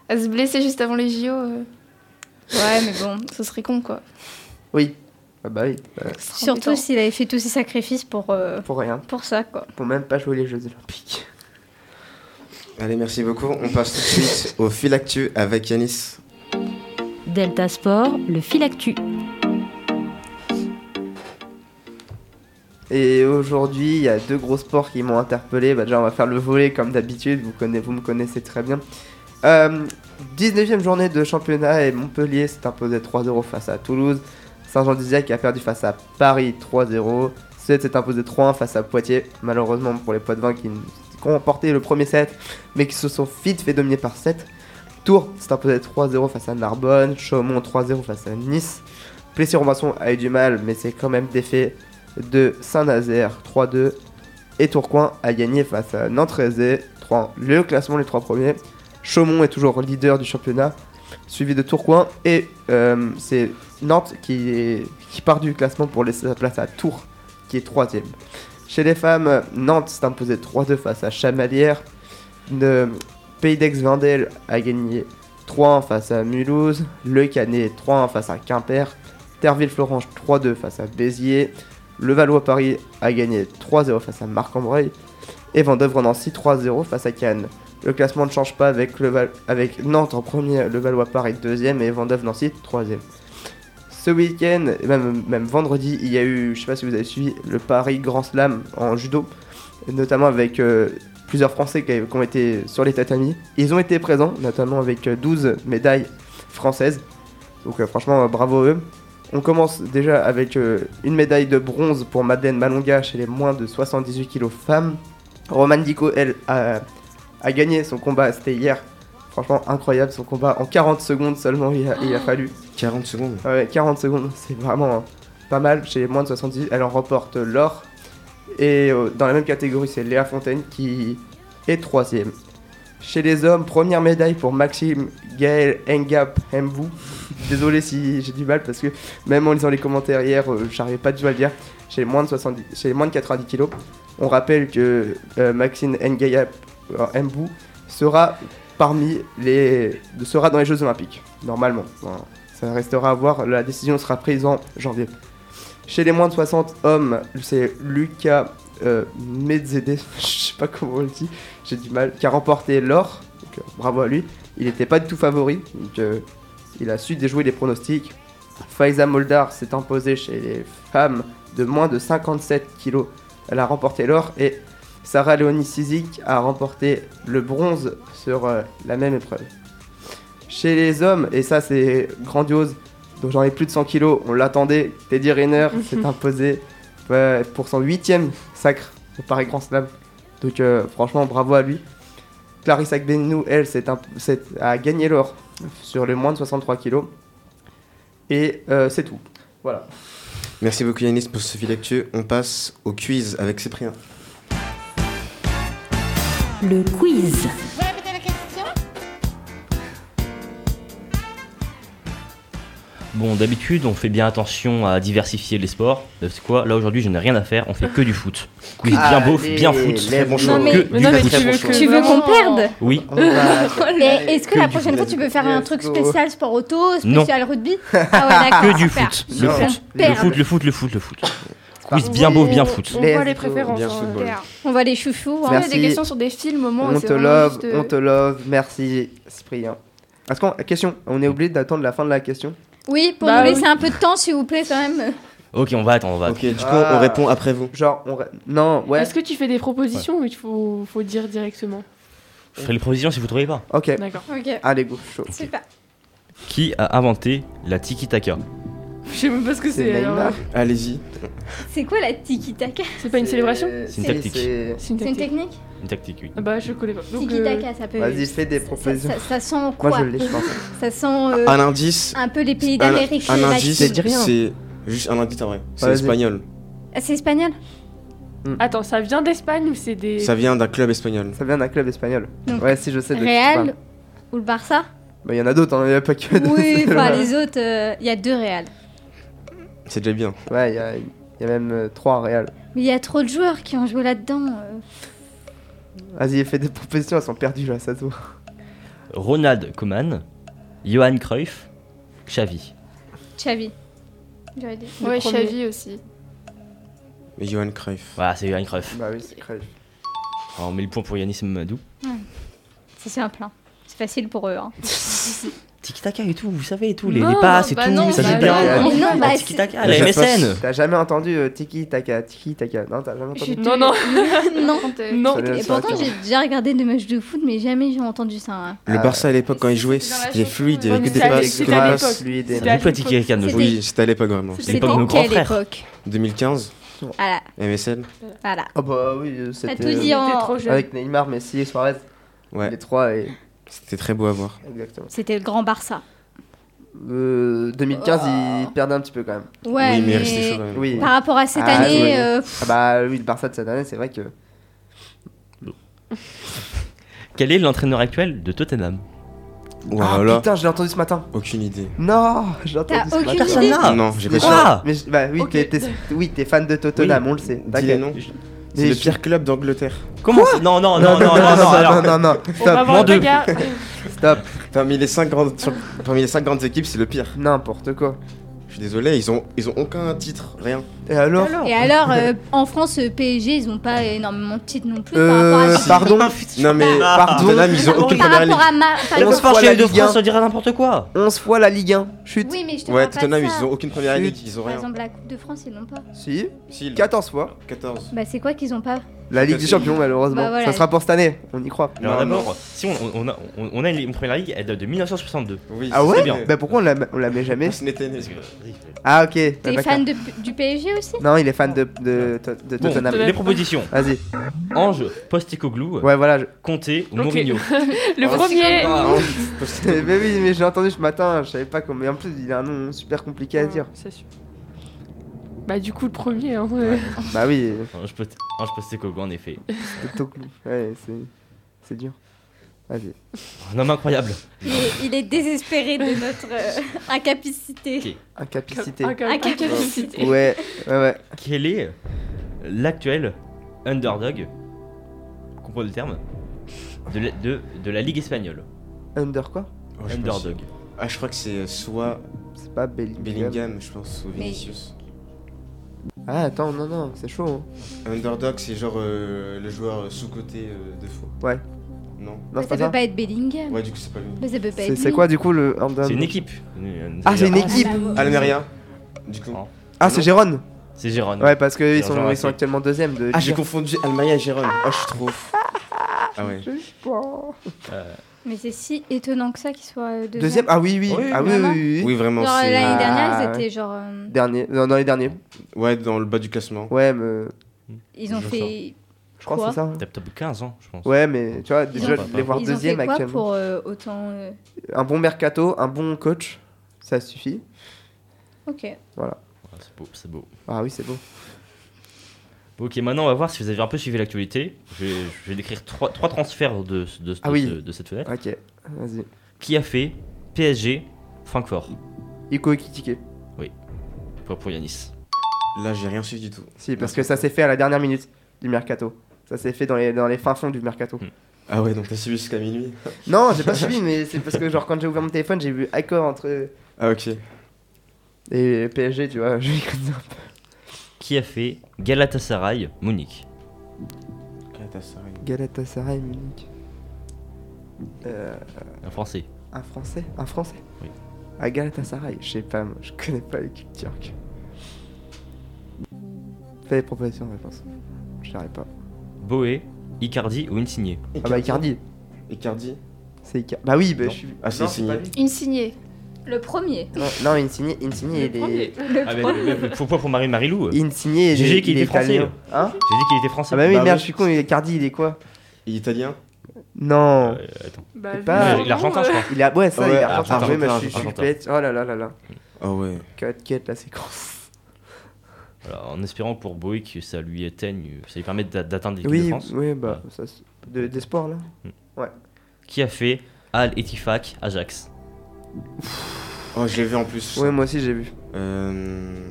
Speaker 9: à se blesser juste avant les JO. euh.
Speaker 8: Ouais, mais bon.
Speaker 9: Ce serait con, quoi.
Speaker 5: Oui. Ah bah oui. bah,
Speaker 9: Ce serait
Speaker 8: Surtout
Speaker 9: embêtant.
Speaker 8: s'il avait fait tous ses sacrifices pour, euh,
Speaker 5: pour rien.
Speaker 8: pour ça, quoi.
Speaker 5: Pour même pas jouer les Jeux Olympiques.
Speaker 4: Allez, merci beaucoup. On passe tout de suite au fil actu avec Yanis.
Speaker 1: Delta Sport, le fil actu.
Speaker 5: Et aujourd'hui, il y a deux gros sports qui m'ont interpellé. Bah, déjà, on va faire le volet comme d'habitude. Vous, connaissez- vous me connaissez très bien. Euh, 19e journée de championnat et Montpellier s'est imposé 3-0 face à Toulouse. Saint-Jean-d'Iziac a perdu face à Paris 3-0. Sète s'est imposé 3-1 face à Poitiers. Malheureusement pour les Poitvins qui, qui ont remporté le premier set mais qui se sont vite fait dominer par 7. Tours s'est imposé 3-0 face à Narbonne. Chaumont 3-0 face à Nice. Plessis-Robinson a eu du mal mais c'est quand même défait de Saint-Nazaire 3-2 et Tourcoing a gagné face à Nantes 3 Le classement les trois premiers. Chaumont est toujours leader du championnat, suivi de Tourcoing et euh, c'est Nantes qui, est- qui part du classement pour laisser sa place à Tours qui est troisième. Chez les femmes, Nantes s'est imposée 3-2 face à Chamalières. Le Pays d'Aix-Vendel a gagné 3-1 face à Mulhouse. Le Canet 3-1 face à Quimper. Terville-Florange 3-2 face à Béziers. Le Valois Paris a gagné 3-0 face à Marc-en-Breuil et Vendœuvre Nancy 3-0 face à Cannes. Le classement ne change pas avec, le Val- avec Nantes en premier, le Valois Paris deuxième et Vendœuvre Nancy troisième. ce week-end, et même, même vendredi, il y a eu, je sais pas si vous avez suivi, le Paris Grand Slam en judo, notamment avec euh, plusieurs Français qui, avaient- qui ont été sur les tatamis. Ils ont été présents, notamment avec euh, 12 médailles françaises. Donc euh, franchement, euh, bravo à eux. On commence déjà avec euh, une médaille de bronze pour Madeleine Malonga chez les moins de 78 kg femmes. Romane Dico, elle, a, a gagné son combat, c'était hier. Franchement, incroyable son combat. En 40 secondes seulement, il a, il a fallu.
Speaker 4: 40 secondes.
Speaker 5: Ouais, 40 secondes, c'est vraiment pas mal. Chez les moins de 70, elle en remporte l'or. Et euh, dans la même catégorie, c'est Léa Fontaine qui est troisième. Chez les hommes, première médaille pour Maxime Gaël Engap Mbou. Désolé si j'ai du mal parce que même en lisant les commentaires hier, euh, j'arrivais pas du tout à le dire. Chez les moins de, 70, chez les moins de 90 kilos, on rappelle que euh, Maxime Ngayap euh, Mbou sera parmi les sera dans les Jeux Olympiques normalement. Enfin, ça restera à voir. La décision sera prise en janvier. Chez les moins de 60 hommes, c'est Lucas euh, Medzede, je sais pas comment on le dit, j'ai du mal, qui a remporté l'or. Donc, euh, bravo à lui. Il n'était pas du tout favori, donc euh, il a su déjouer les pronostics. Faiza Moldar s'est imposée chez les femmes de moins de 57 kilos. Elle a remporté l'or et Sarah Léonie Sizik a remporté le bronze sur euh, la même épreuve. Chez les hommes, et ça c'est grandiose, donc j'en ai plus de 100 kilos, on l'attendait, Teddy Riner
Speaker 8: Mhm.
Speaker 5: s'est imposé euh, pour son huitième sacre au Paris Grand Slam. Donc euh, franchement bravo à lui. Clarissa Agbenou, elle, s'est imp- s'est- a gagné l'or sur le moins de 63 kilos. Et euh, c'est tout. Voilà.
Speaker 4: Merci beaucoup Yanis pour ce fil actuel. On passe au quiz avec Cyprien.
Speaker 1: Le quiz.
Speaker 6: Bon, d'habitude, on fait bien attention à diversifier les sports. Euh, C'est quoi Là, aujourd'hui, je n'ai rien à faire. On fait que du foot. Quiz
Speaker 8: Ah,
Speaker 6: bien beau,
Speaker 5: Allez,
Speaker 6: bien foot.
Speaker 5: les bons
Speaker 8: Non,
Speaker 5: choix.
Speaker 8: mais-
Speaker 6: Que
Speaker 7: Mais
Speaker 6: du
Speaker 7: non, mais
Speaker 6: foot.
Speaker 7: tu veux que
Speaker 8: Tu veux qu'on
Speaker 7: vraiment-
Speaker 8: perde
Speaker 6: Oui.
Speaker 5: On va-
Speaker 8: Et est-ce que,
Speaker 6: Que
Speaker 8: la
Speaker 6: du
Speaker 8: prochaine fois
Speaker 5: foot.
Speaker 8: tu peux faire un
Speaker 5: Let's
Speaker 8: truc
Speaker 5: go.
Speaker 8: spécial sport auto,
Speaker 6: Non.
Speaker 8: spécial rugby Ah ouais, d'accord.
Speaker 6: Que du
Speaker 8: super.
Speaker 6: foot. Le
Speaker 5: Non.
Speaker 6: foot. Le
Speaker 8: Perd.
Speaker 6: foot, le foot, le foot, le foot.
Speaker 8: Ah,
Speaker 6: Quiz bien beau, bien foot.
Speaker 7: On
Speaker 5: Les
Speaker 7: voit les
Speaker 5: go,
Speaker 7: préférences.
Speaker 4: bien
Speaker 7: hein.
Speaker 4: football.
Speaker 9: Super.
Speaker 8: On va les chouchous. hein.
Speaker 9: On a
Speaker 5: Merci.
Speaker 9: des questions sur des films au moins.
Speaker 5: on
Speaker 9: c'est
Speaker 5: te
Speaker 9: vraiment
Speaker 5: love,
Speaker 9: juste, euh,
Speaker 5: on te love. Merci Cyprien. Est-ce qu'on question On est obligé d'attendre la fin de la question.
Speaker 8: Oui, pour
Speaker 7: Bah
Speaker 8: nous
Speaker 7: oui.
Speaker 8: laisser un peu de temps, s'il vous plaît, quand même.
Speaker 6: Ok, on va attendre, on va
Speaker 4: Ok,
Speaker 6: attendre.
Speaker 4: du coup
Speaker 5: Ah.
Speaker 4: on répond après vous.
Speaker 5: Genre on ré- non ouais.
Speaker 7: Est-ce que tu fais des propositions ou il faut, faut dire directement
Speaker 6: Je ferai les provisions si vous ne trouvez pas.
Speaker 5: Ok.
Speaker 7: D'accord.
Speaker 8: Ok.
Speaker 5: Allez go chaud.
Speaker 8: Super.
Speaker 6: Qui a inventé la tiki-taka
Speaker 7: Je sais même pas ce que
Speaker 5: C'est
Speaker 7: euh, c'est. alors. euh,
Speaker 5: Neymar.
Speaker 4: Allez-y.
Speaker 8: C'est quoi la tiki-taka
Speaker 7: C'est pas une célébration
Speaker 6: C'est une tactique.
Speaker 5: c'est-
Speaker 7: C'est une
Speaker 8: C'est une
Speaker 7: tactique.
Speaker 8: technique
Speaker 6: Une tactique, oui.
Speaker 7: Ah Bah, je connais pas. Donc, euh,
Speaker 8: Tiki-taka, ça peut.
Speaker 5: Vas-y fais des
Speaker 8: ça-
Speaker 5: propositions.
Speaker 8: Ça, ça sent quoi
Speaker 5: Moi je l'ai je pense.
Speaker 8: Ça sent euh,
Speaker 4: Un indice.
Speaker 8: un peu les pays
Speaker 4: Un,
Speaker 8: d'Amérique
Speaker 4: un
Speaker 8: latine.
Speaker 4: indice.
Speaker 5: rien.
Speaker 4: C'est juste un indice en vrai. C'est
Speaker 5: Vas-y.
Speaker 4: espagnol.
Speaker 8: Ah, C'est espagnol
Speaker 7: Attends, ça vient d'Espagne ou c'est des.
Speaker 4: Ça vient d'un club espagnol.
Speaker 5: Ça vient d'un club espagnol.
Speaker 8: Donc,
Speaker 5: ouais si je sais. de qui tu
Speaker 8: Real
Speaker 5: parles.
Speaker 8: ou le Barça
Speaker 5: Bah il y en a d'autres. hein, Il y a pas que. deux.
Speaker 8: Oui, enfin les autres, euh, il y a deux Real.
Speaker 4: C'est déjà bien.
Speaker 8: Euh.
Speaker 5: Ouais il y a, il y a même euh, trois Real.
Speaker 8: Mais il y a trop de joueurs qui ont joué là-dedans. euh.
Speaker 5: Vas-y fais des propositions elles sont perdues là ça se voit.
Speaker 6: Ronald Koeman, Johan Cruyff, Xavi.
Speaker 8: Xavi. J'aurais dit. le
Speaker 9: Ouais,
Speaker 8: premier.
Speaker 9: Xavi aussi.
Speaker 4: Mais Johan Cruyff.
Speaker 6: Voilà, c'est Johan Cruyff.
Speaker 5: Bah oui c'est crève.
Speaker 6: Alors, on met le point pour Yanis Mamadou.
Speaker 8: C'est simple. hein. C'est facile pour eux. hein.
Speaker 6: Tiki-taka et tout, vous savez et tout, les,
Speaker 7: Non,
Speaker 6: les passes et
Speaker 7: bah
Speaker 6: tout,
Speaker 7: non,
Speaker 6: ça
Speaker 5: bah
Speaker 6: joue
Speaker 5: non,
Speaker 6: bien.
Speaker 5: bah
Speaker 8: non,
Speaker 6: La
Speaker 8: bah,
Speaker 6: tiki-taka,
Speaker 4: c'est-
Speaker 6: la
Speaker 4: La chasse.
Speaker 6: MSN.
Speaker 5: T'as jamais entendu euh, tiki taka tiki taka non t'as jamais entendu.
Speaker 9: Je-
Speaker 7: Non, non,
Speaker 8: non.
Speaker 7: non.
Speaker 5: Ça vient-
Speaker 8: Et
Speaker 5: ça
Speaker 8: pourtant,
Speaker 5: vient-
Speaker 8: j'ai déjà regardé des matchs de foot, mais jamais j'ai entendu ça. hein.
Speaker 4: Le
Speaker 5: Ah,
Speaker 4: Barça à l'époque quand il jouait,
Speaker 9: Dans la
Speaker 4: c'était
Speaker 9: chanson,
Speaker 4: fluide, il y avait
Speaker 7: ouais.
Speaker 4: que des
Speaker 7: C'était à-
Speaker 4: passes.
Speaker 7: c'était
Speaker 4: que des
Speaker 7: à
Speaker 4: passes.
Speaker 7: l'époque.
Speaker 5: lui des
Speaker 6: C'est
Speaker 7: C'était à
Speaker 6: un petit
Speaker 7: l'époque.
Speaker 6: Kirikan de
Speaker 8: C'était-
Speaker 6: jouer.
Speaker 4: Oui, c'était à l'époque vraiment.
Speaker 6: C'est l'époque de nos grands
Speaker 8: quelle
Speaker 6: frères.
Speaker 8: époque
Speaker 4: 2015,
Speaker 8: Voilà,
Speaker 4: MSN.
Speaker 8: voilà.
Speaker 5: Ah bah oui, euh,
Speaker 8: T'as
Speaker 5: c'était
Speaker 8: tout dit hein.
Speaker 7: T'es
Speaker 8: en...
Speaker 7: trop jeune.
Speaker 5: avec Neymar, Messi et Suarez, les
Speaker 4: Ouais,
Speaker 5: trois et
Speaker 4: c'était très beau à voir.
Speaker 5: exactement.
Speaker 8: C'était le grand Barça.
Speaker 5: Euh, 2015,
Speaker 8: Oh.
Speaker 5: ils perdaient un petit peu quand même.
Speaker 8: Ouais,
Speaker 4: oui, mais il restait chaud
Speaker 8: mais...
Speaker 4: quand même.
Speaker 5: Oui.
Speaker 8: Par rapport à cette
Speaker 5: Ah,
Speaker 8: année,
Speaker 5: oui.
Speaker 8: euh, pff,
Speaker 5: Ah bah oui, le Barça de cette année, c'est vrai que
Speaker 6: Quel est l'entraîneur actuel de Tottenham
Speaker 4: Oh
Speaker 5: Ah
Speaker 4: là là,
Speaker 5: putain, je l'ai entendu ce matin.
Speaker 4: aucune idée.
Speaker 5: Non, je l'ai
Speaker 8: t'as
Speaker 5: entendu ce matin.
Speaker 8: aucune
Speaker 6: Personne
Speaker 8: idée.
Speaker 6: n'a- Ah.
Speaker 4: non, j'ai pas
Speaker 5: Mais
Speaker 6: Quoi
Speaker 4: ça.
Speaker 5: je- mais je- bah oui,
Speaker 7: Ok.
Speaker 5: t'es- t'es oui, t'es fan de Tottenham,
Speaker 6: Oui.
Speaker 5: on le sait.
Speaker 4: Dis les
Speaker 5: t'inquiète.
Speaker 4: noms.
Speaker 5: Mais
Speaker 4: C'est le
Speaker 5: je-
Speaker 4: pire club d'Angleterre.
Speaker 6: Comment ça Non, non, non, non, non, non,
Speaker 5: non,
Speaker 6: alors,
Speaker 5: non, non,
Speaker 7: On va
Speaker 5: stop,
Speaker 7: voir
Speaker 6: deux.
Speaker 7: le gars.
Speaker 5: stop,
Speaker 4: Parmi les 5 grandes, sur- parmi les cinq grandes équipes, c'est le pire.
Speaker 5: n'importe quoi.
Speaker 4: Je suis désolé, ils ont, ils ont aucun titre, rien.
Speaker 5: Et alors
Speaker 8: Et alors, euh, en France, euh, PSG, ils n'ont pas énormément de titres non plus par rapport
Speaker 5: Euh,
Speaker 8: à...
Speaker 5: pardon
Speaker 4: Non mais
Speaker 5: Ah.
Speaker 4: pardon, Tottenham, ils ont aucune
Speaker 8: par
Speaker 4: première ligue.
Speaker 8: rapport à ma... par
Speaker 5: Et
Speaker 6: Le
Speaker 5: on se
Speaker 8: exemple-
Speaker 5: voit
Speaker 6: sport chez
Speaker 5: la
Speaker 6: les de
Speaker 5: Ligue
Speaker 6: France,
Speaker 5: un.
Speaker 6: on dirait n'importe quoi.
Speaker 5: 11 fois la Ligue 1. Chute.
Speaker 8: Oui, mais je te
Speaker 4: Ouais,
Speaker 8: parle pas
Speaker 4: Tottenham,
Speaker 8: de ça.
Speaker 4: ils ont aucune première
Speaker 5: Chut.
Speaker 4: ligue, ils ont
Speaker 8: Par
Speaker 4: rien.
Speaker 8: exemple, la Coupe de France, ils n'ont pas.
Speaker 5: Si.
Speaker 4: Si, le-
Speaker 5: 14 fois.
Speaker 4: 14.
Speaker 8: Bah, c'est quoi qu'ils n'ont pas
Speaker 5: La Ligue des Champions, malheureusement.
Speaker 8: Bah, voilà.
Speaker 5: Ça sera pour cette année. On y croit.
Speaker 6: Alors
Speaker 4: Non, non.
Speaker 6: d'abord, si on, on a, on- on a une, une première ligue, elle date de 1962.
Speaker 4: Oui,
Speaker 5: Ah ouais
Speaker 4: c'est
Speaker 6: bien.
Speaker 5: Bah pourquoi on la, on la met jamais
Speaker 4: Ce n'était né.
Speaker 6: Parce que-
Speaker 5: Ah ok. Bah,
Speaker 8: T'es
Speaker 5: d'accord.
Speaker 8: fan de- du PSG aussi
Speaker 5: Non, il est fan de, de, de- de
Speaker 6: Bon,
Speaker 5: Tottenham.
Speaker 6: les propositions.
Speaker 5: Vas-y.
Speaker 6: Ange, Postecoglou,
Speaker 5: Ouais, voilà. je-
Speaker 6: Conté ou
Speaker 7: Ok.
Speaker 6: Mourinho.
Speaker 7: Le premier.
Speaker 4: Ah.
Speaker 5: mais Eh ben oui, mais j'ai entendu ce matin, je savais pas comment. Mais en plus, il a un nom super compliqué à dire.
Speaker 7: C'est sûr. Bah, du coup, le premier. Hein, ouais.
Speaker 5: Bah oui,
Speaker 6: Ange, Post- Ange Postecoglou, en effet.
Speaker 5: c'est Toklou. Ouais, c'est, c'est dur. Vas-y.
Speaker 6: Un homme incroyable.
Speaker 8: il est, il est désespéré de notre euh, incapacité.
Speaker 5: Incapacité.
Speaker 7: Un cap-
Speaker 8: Incapacité.
Speaker 5: Ouais, ouais, ouais.
Speaker 6: Quel est l'actuel underdog, comprends le terme, de la, de- de la Ligue espagnole
Speaker 5: Under quoi
Speaker 4: Oh, je pense-
Speaker 6: Underdog.
Speaker 4: Ah, je crois que c'est soit
Speaker 5: C'est pas Bellingham.
Speaker 4: Bellingham, je pense, ou Vinicius.
Speaker 5: Ah, attends, non, non, c'est chaud. hein.
Speaker 4: Underdog, c'est genre euh, le joueur euh, sous-côté euh, de faux.
Speaker 5: Ouais.
Speaker 4: Non
Speaker 5: Non, c'est
Speaker 8: ça
Speaker 5: pas
Speaker 8: peut
Speaker 5: ça.
Speaker 8: pas être Bellingham.
Speaker 4: Ouais, du coup, c'est pas lui.
Speaker 8: Mais ça peut pas
Speaker 5: C'est,
Speaker 8: être
Speaker 5: c'est
Speaker 8: lui.
Speaker 5: quoi du coup le Under
Speaker 6: C'est une équipe. Une-
Speaker 5: Ah, c'est une équipe.
Speaker 4: Almeria, du coup.
Speaker 6: Oh.
Speaker 5: Ah, c'est Gérone.
Speaker 6: C'est Gérone.
Speaker 5: Ouais, parce qu'ils
Speaker 6: C'est
Speaker 5: sont,
Speaker 6: Gérone,
Speaker 5: ils sont
Speaker 6: ok.
Speaker 5: actuellement deuxième de.
Speaker 4: Ah, j'ai confondu Almeria et Jérôme. Oh, je suis trop. fou. Ah ouais.
Speaker 8: Mais c'est si étonnant que ça qu'ils soient euh, deuxième.
Speaker 5: Deuxième. Ah oui, oui.
Speaker 6: Oui,
Speaker 5: ah oui, oui,
Speaker 8: vraiment.
Speaker 5: oui, oui.
Speaker 4: Oui, vraiment.
Speaker 8: Genre euh,
Speaker 4: c'est-
Speaker 8: l'année
Speaker 5: Ah,
Speaker 8: dernière, ils
Speaker 5: ouais.
Speaker 8: étaient genre. euh,
Speaker 5: Dernier. Non, dans les derniers.
Speaker 4: Ouais, dans le bas du classement.
Speaker 5: Ouais, mais
Speaker 8: ils ont
Speaker 6: Je
Speaker 8: fait.
Speaker 5: je crois que
Speaker 8: Quoi
Speaker 5: c'est ça. hein.
Speaker 6: T'as top 15 ans, je pense.
Speaker 5: Ouais, mais tu vois,
Speaker 8: Ils
Speaker 5: déjà
Speaker 6: ont fait-
Speaker 5: les voir
Speaker 8: ils
Speaker 5: deuxième
Speaker 8: ont fait quoi
Speaker 5: actuellement.
Speaker 8: pour euh, autant. euh,
Speaker 5: Un bon mercato, un bon coach, ça suffit.
Speaker 8: Ok.
Speaker 6: Ah, C'est beau, c'est beau.
Speaker 5: Ah oui, c'est beau.
Speaker 6: Ok, maintenant on va voir si vous avez un peu suivi l'actualité. Je, vais- je vais décrire trois, trois transferts de, de- de-
Speaker 5: Ah oui.
Speaker 6: de- de cette fenêtre.
Speaker 5: Ok, vas-y.
Speaker 6: Qui a fait PSG, Francfort
Speaker 5: Iko Kitike.
Speaker 6: pour, pour Yanis
Speaker 4: Là, j'ai rien suivi du tout.
Speaker 5: Si, parce que ça s'est fait à la dernière minute du mercato. Ça s'est fait dans les, dans les fins fonds du mercato.
Speaker 6: Hmm.
Speaker 4: Ah ouais, donc t'as suivi jusqu'à minuit.
Speaker 5: Non, j'ai pas suivi, mais c'est parce que, genre, quand j'ai ouvert mon téléphone, j'ai vu accord entre.
Speaker 4: Ah, ok.
Speaker 5: Et PSG, tu vois, j'ai comme ça.
Speaker 6: Qui a fait Galatasaray, Munich
Speaker 4: Galatasaray.
Speaker 5: Galatasaray, Munich. Euh,
Speaker 6: Un français.
Speaker 5: un français Un français
Speaker 6: Oui.
Speaker 5: À Galatasaray Je sais pas, moi, je connais pas l'équipe turque. Fais les propositions de réponse. Je l'aurais pas.
Speaker 6: Boé, Icardi ou Insigné
Speaker 5: Ah bah, Icardi.
Speaker 4: Icardi.
Speaker 5: C'est Icardi. Bah oui, bah,
Speaker 6: Non.
Speaker 5: je suis.
Speaker 4: Ah, c'est
Speaker 5: Non, pas
Speaker 4: signé.
Speaker 5: lui.
Speaker 9: Une signée.
Speaker 8: Le premier.
Speaker 5: Non, non, Insigne, Insigne, il est.
Speaker 6: Ah, mais, mais- mais pourquoi pour Marie-Marie-Lou J'ai dit
Speaker 5: Insigne, il est.
Speaker 6: GG qui
Speaker 5: il est
Speaker 6: était français,
Speaker 5: italien. Hein
Speaker 6: qu'il était français.
Speaker 5: Ah bah oui,
Speaker 4: Bah
Speaker 5: merde,
Speaker 4: oui.
Speaker 5: je suis con, il est Cardi, il est quoi
Speaker 4: Et Italien.
Speaker 5: Non.
Speaker 6: Euh, attends.
Speaker 7: Bah,
Speaker 5: C'est
Speaker 7: vu
Speaker 5: pas-
Speaker 7: le nom,
Speaker 6: L'Argentin, je
Speaker 7: euh,
Speaker 6: crois.
Speaker 5: Il est. à- Ouais, ça,
Speaker 4: Ouais,
Speaker 5: il est
Speaker 4: Argentin,
Speaker 5: argentin. Oui, mais je suis- je suis
Speaker 6: Argentin.
Speaker 5: bête. Oh là là là là.
Speaker 4: Ah ouais.
Speaker 5: Cut, cut, la séquence.
Speaker 6: Voilà, en espérant pour Boé que ça lui éteigne, ça lui permette d'a- d'atteindre l'équipe de
Speaker 5: Oui,
Speaker 6: France.
Speaker 5: oui, bah, ça. c'est- de- D'espoir là
Speaker 6: Qui a fait Al Etifak, Ajax
Speaker 4: Oh, j'ai vu en plus.
Speaker 5: Ouais, moi aussi j'ai vu.
Speaker 4: Euh.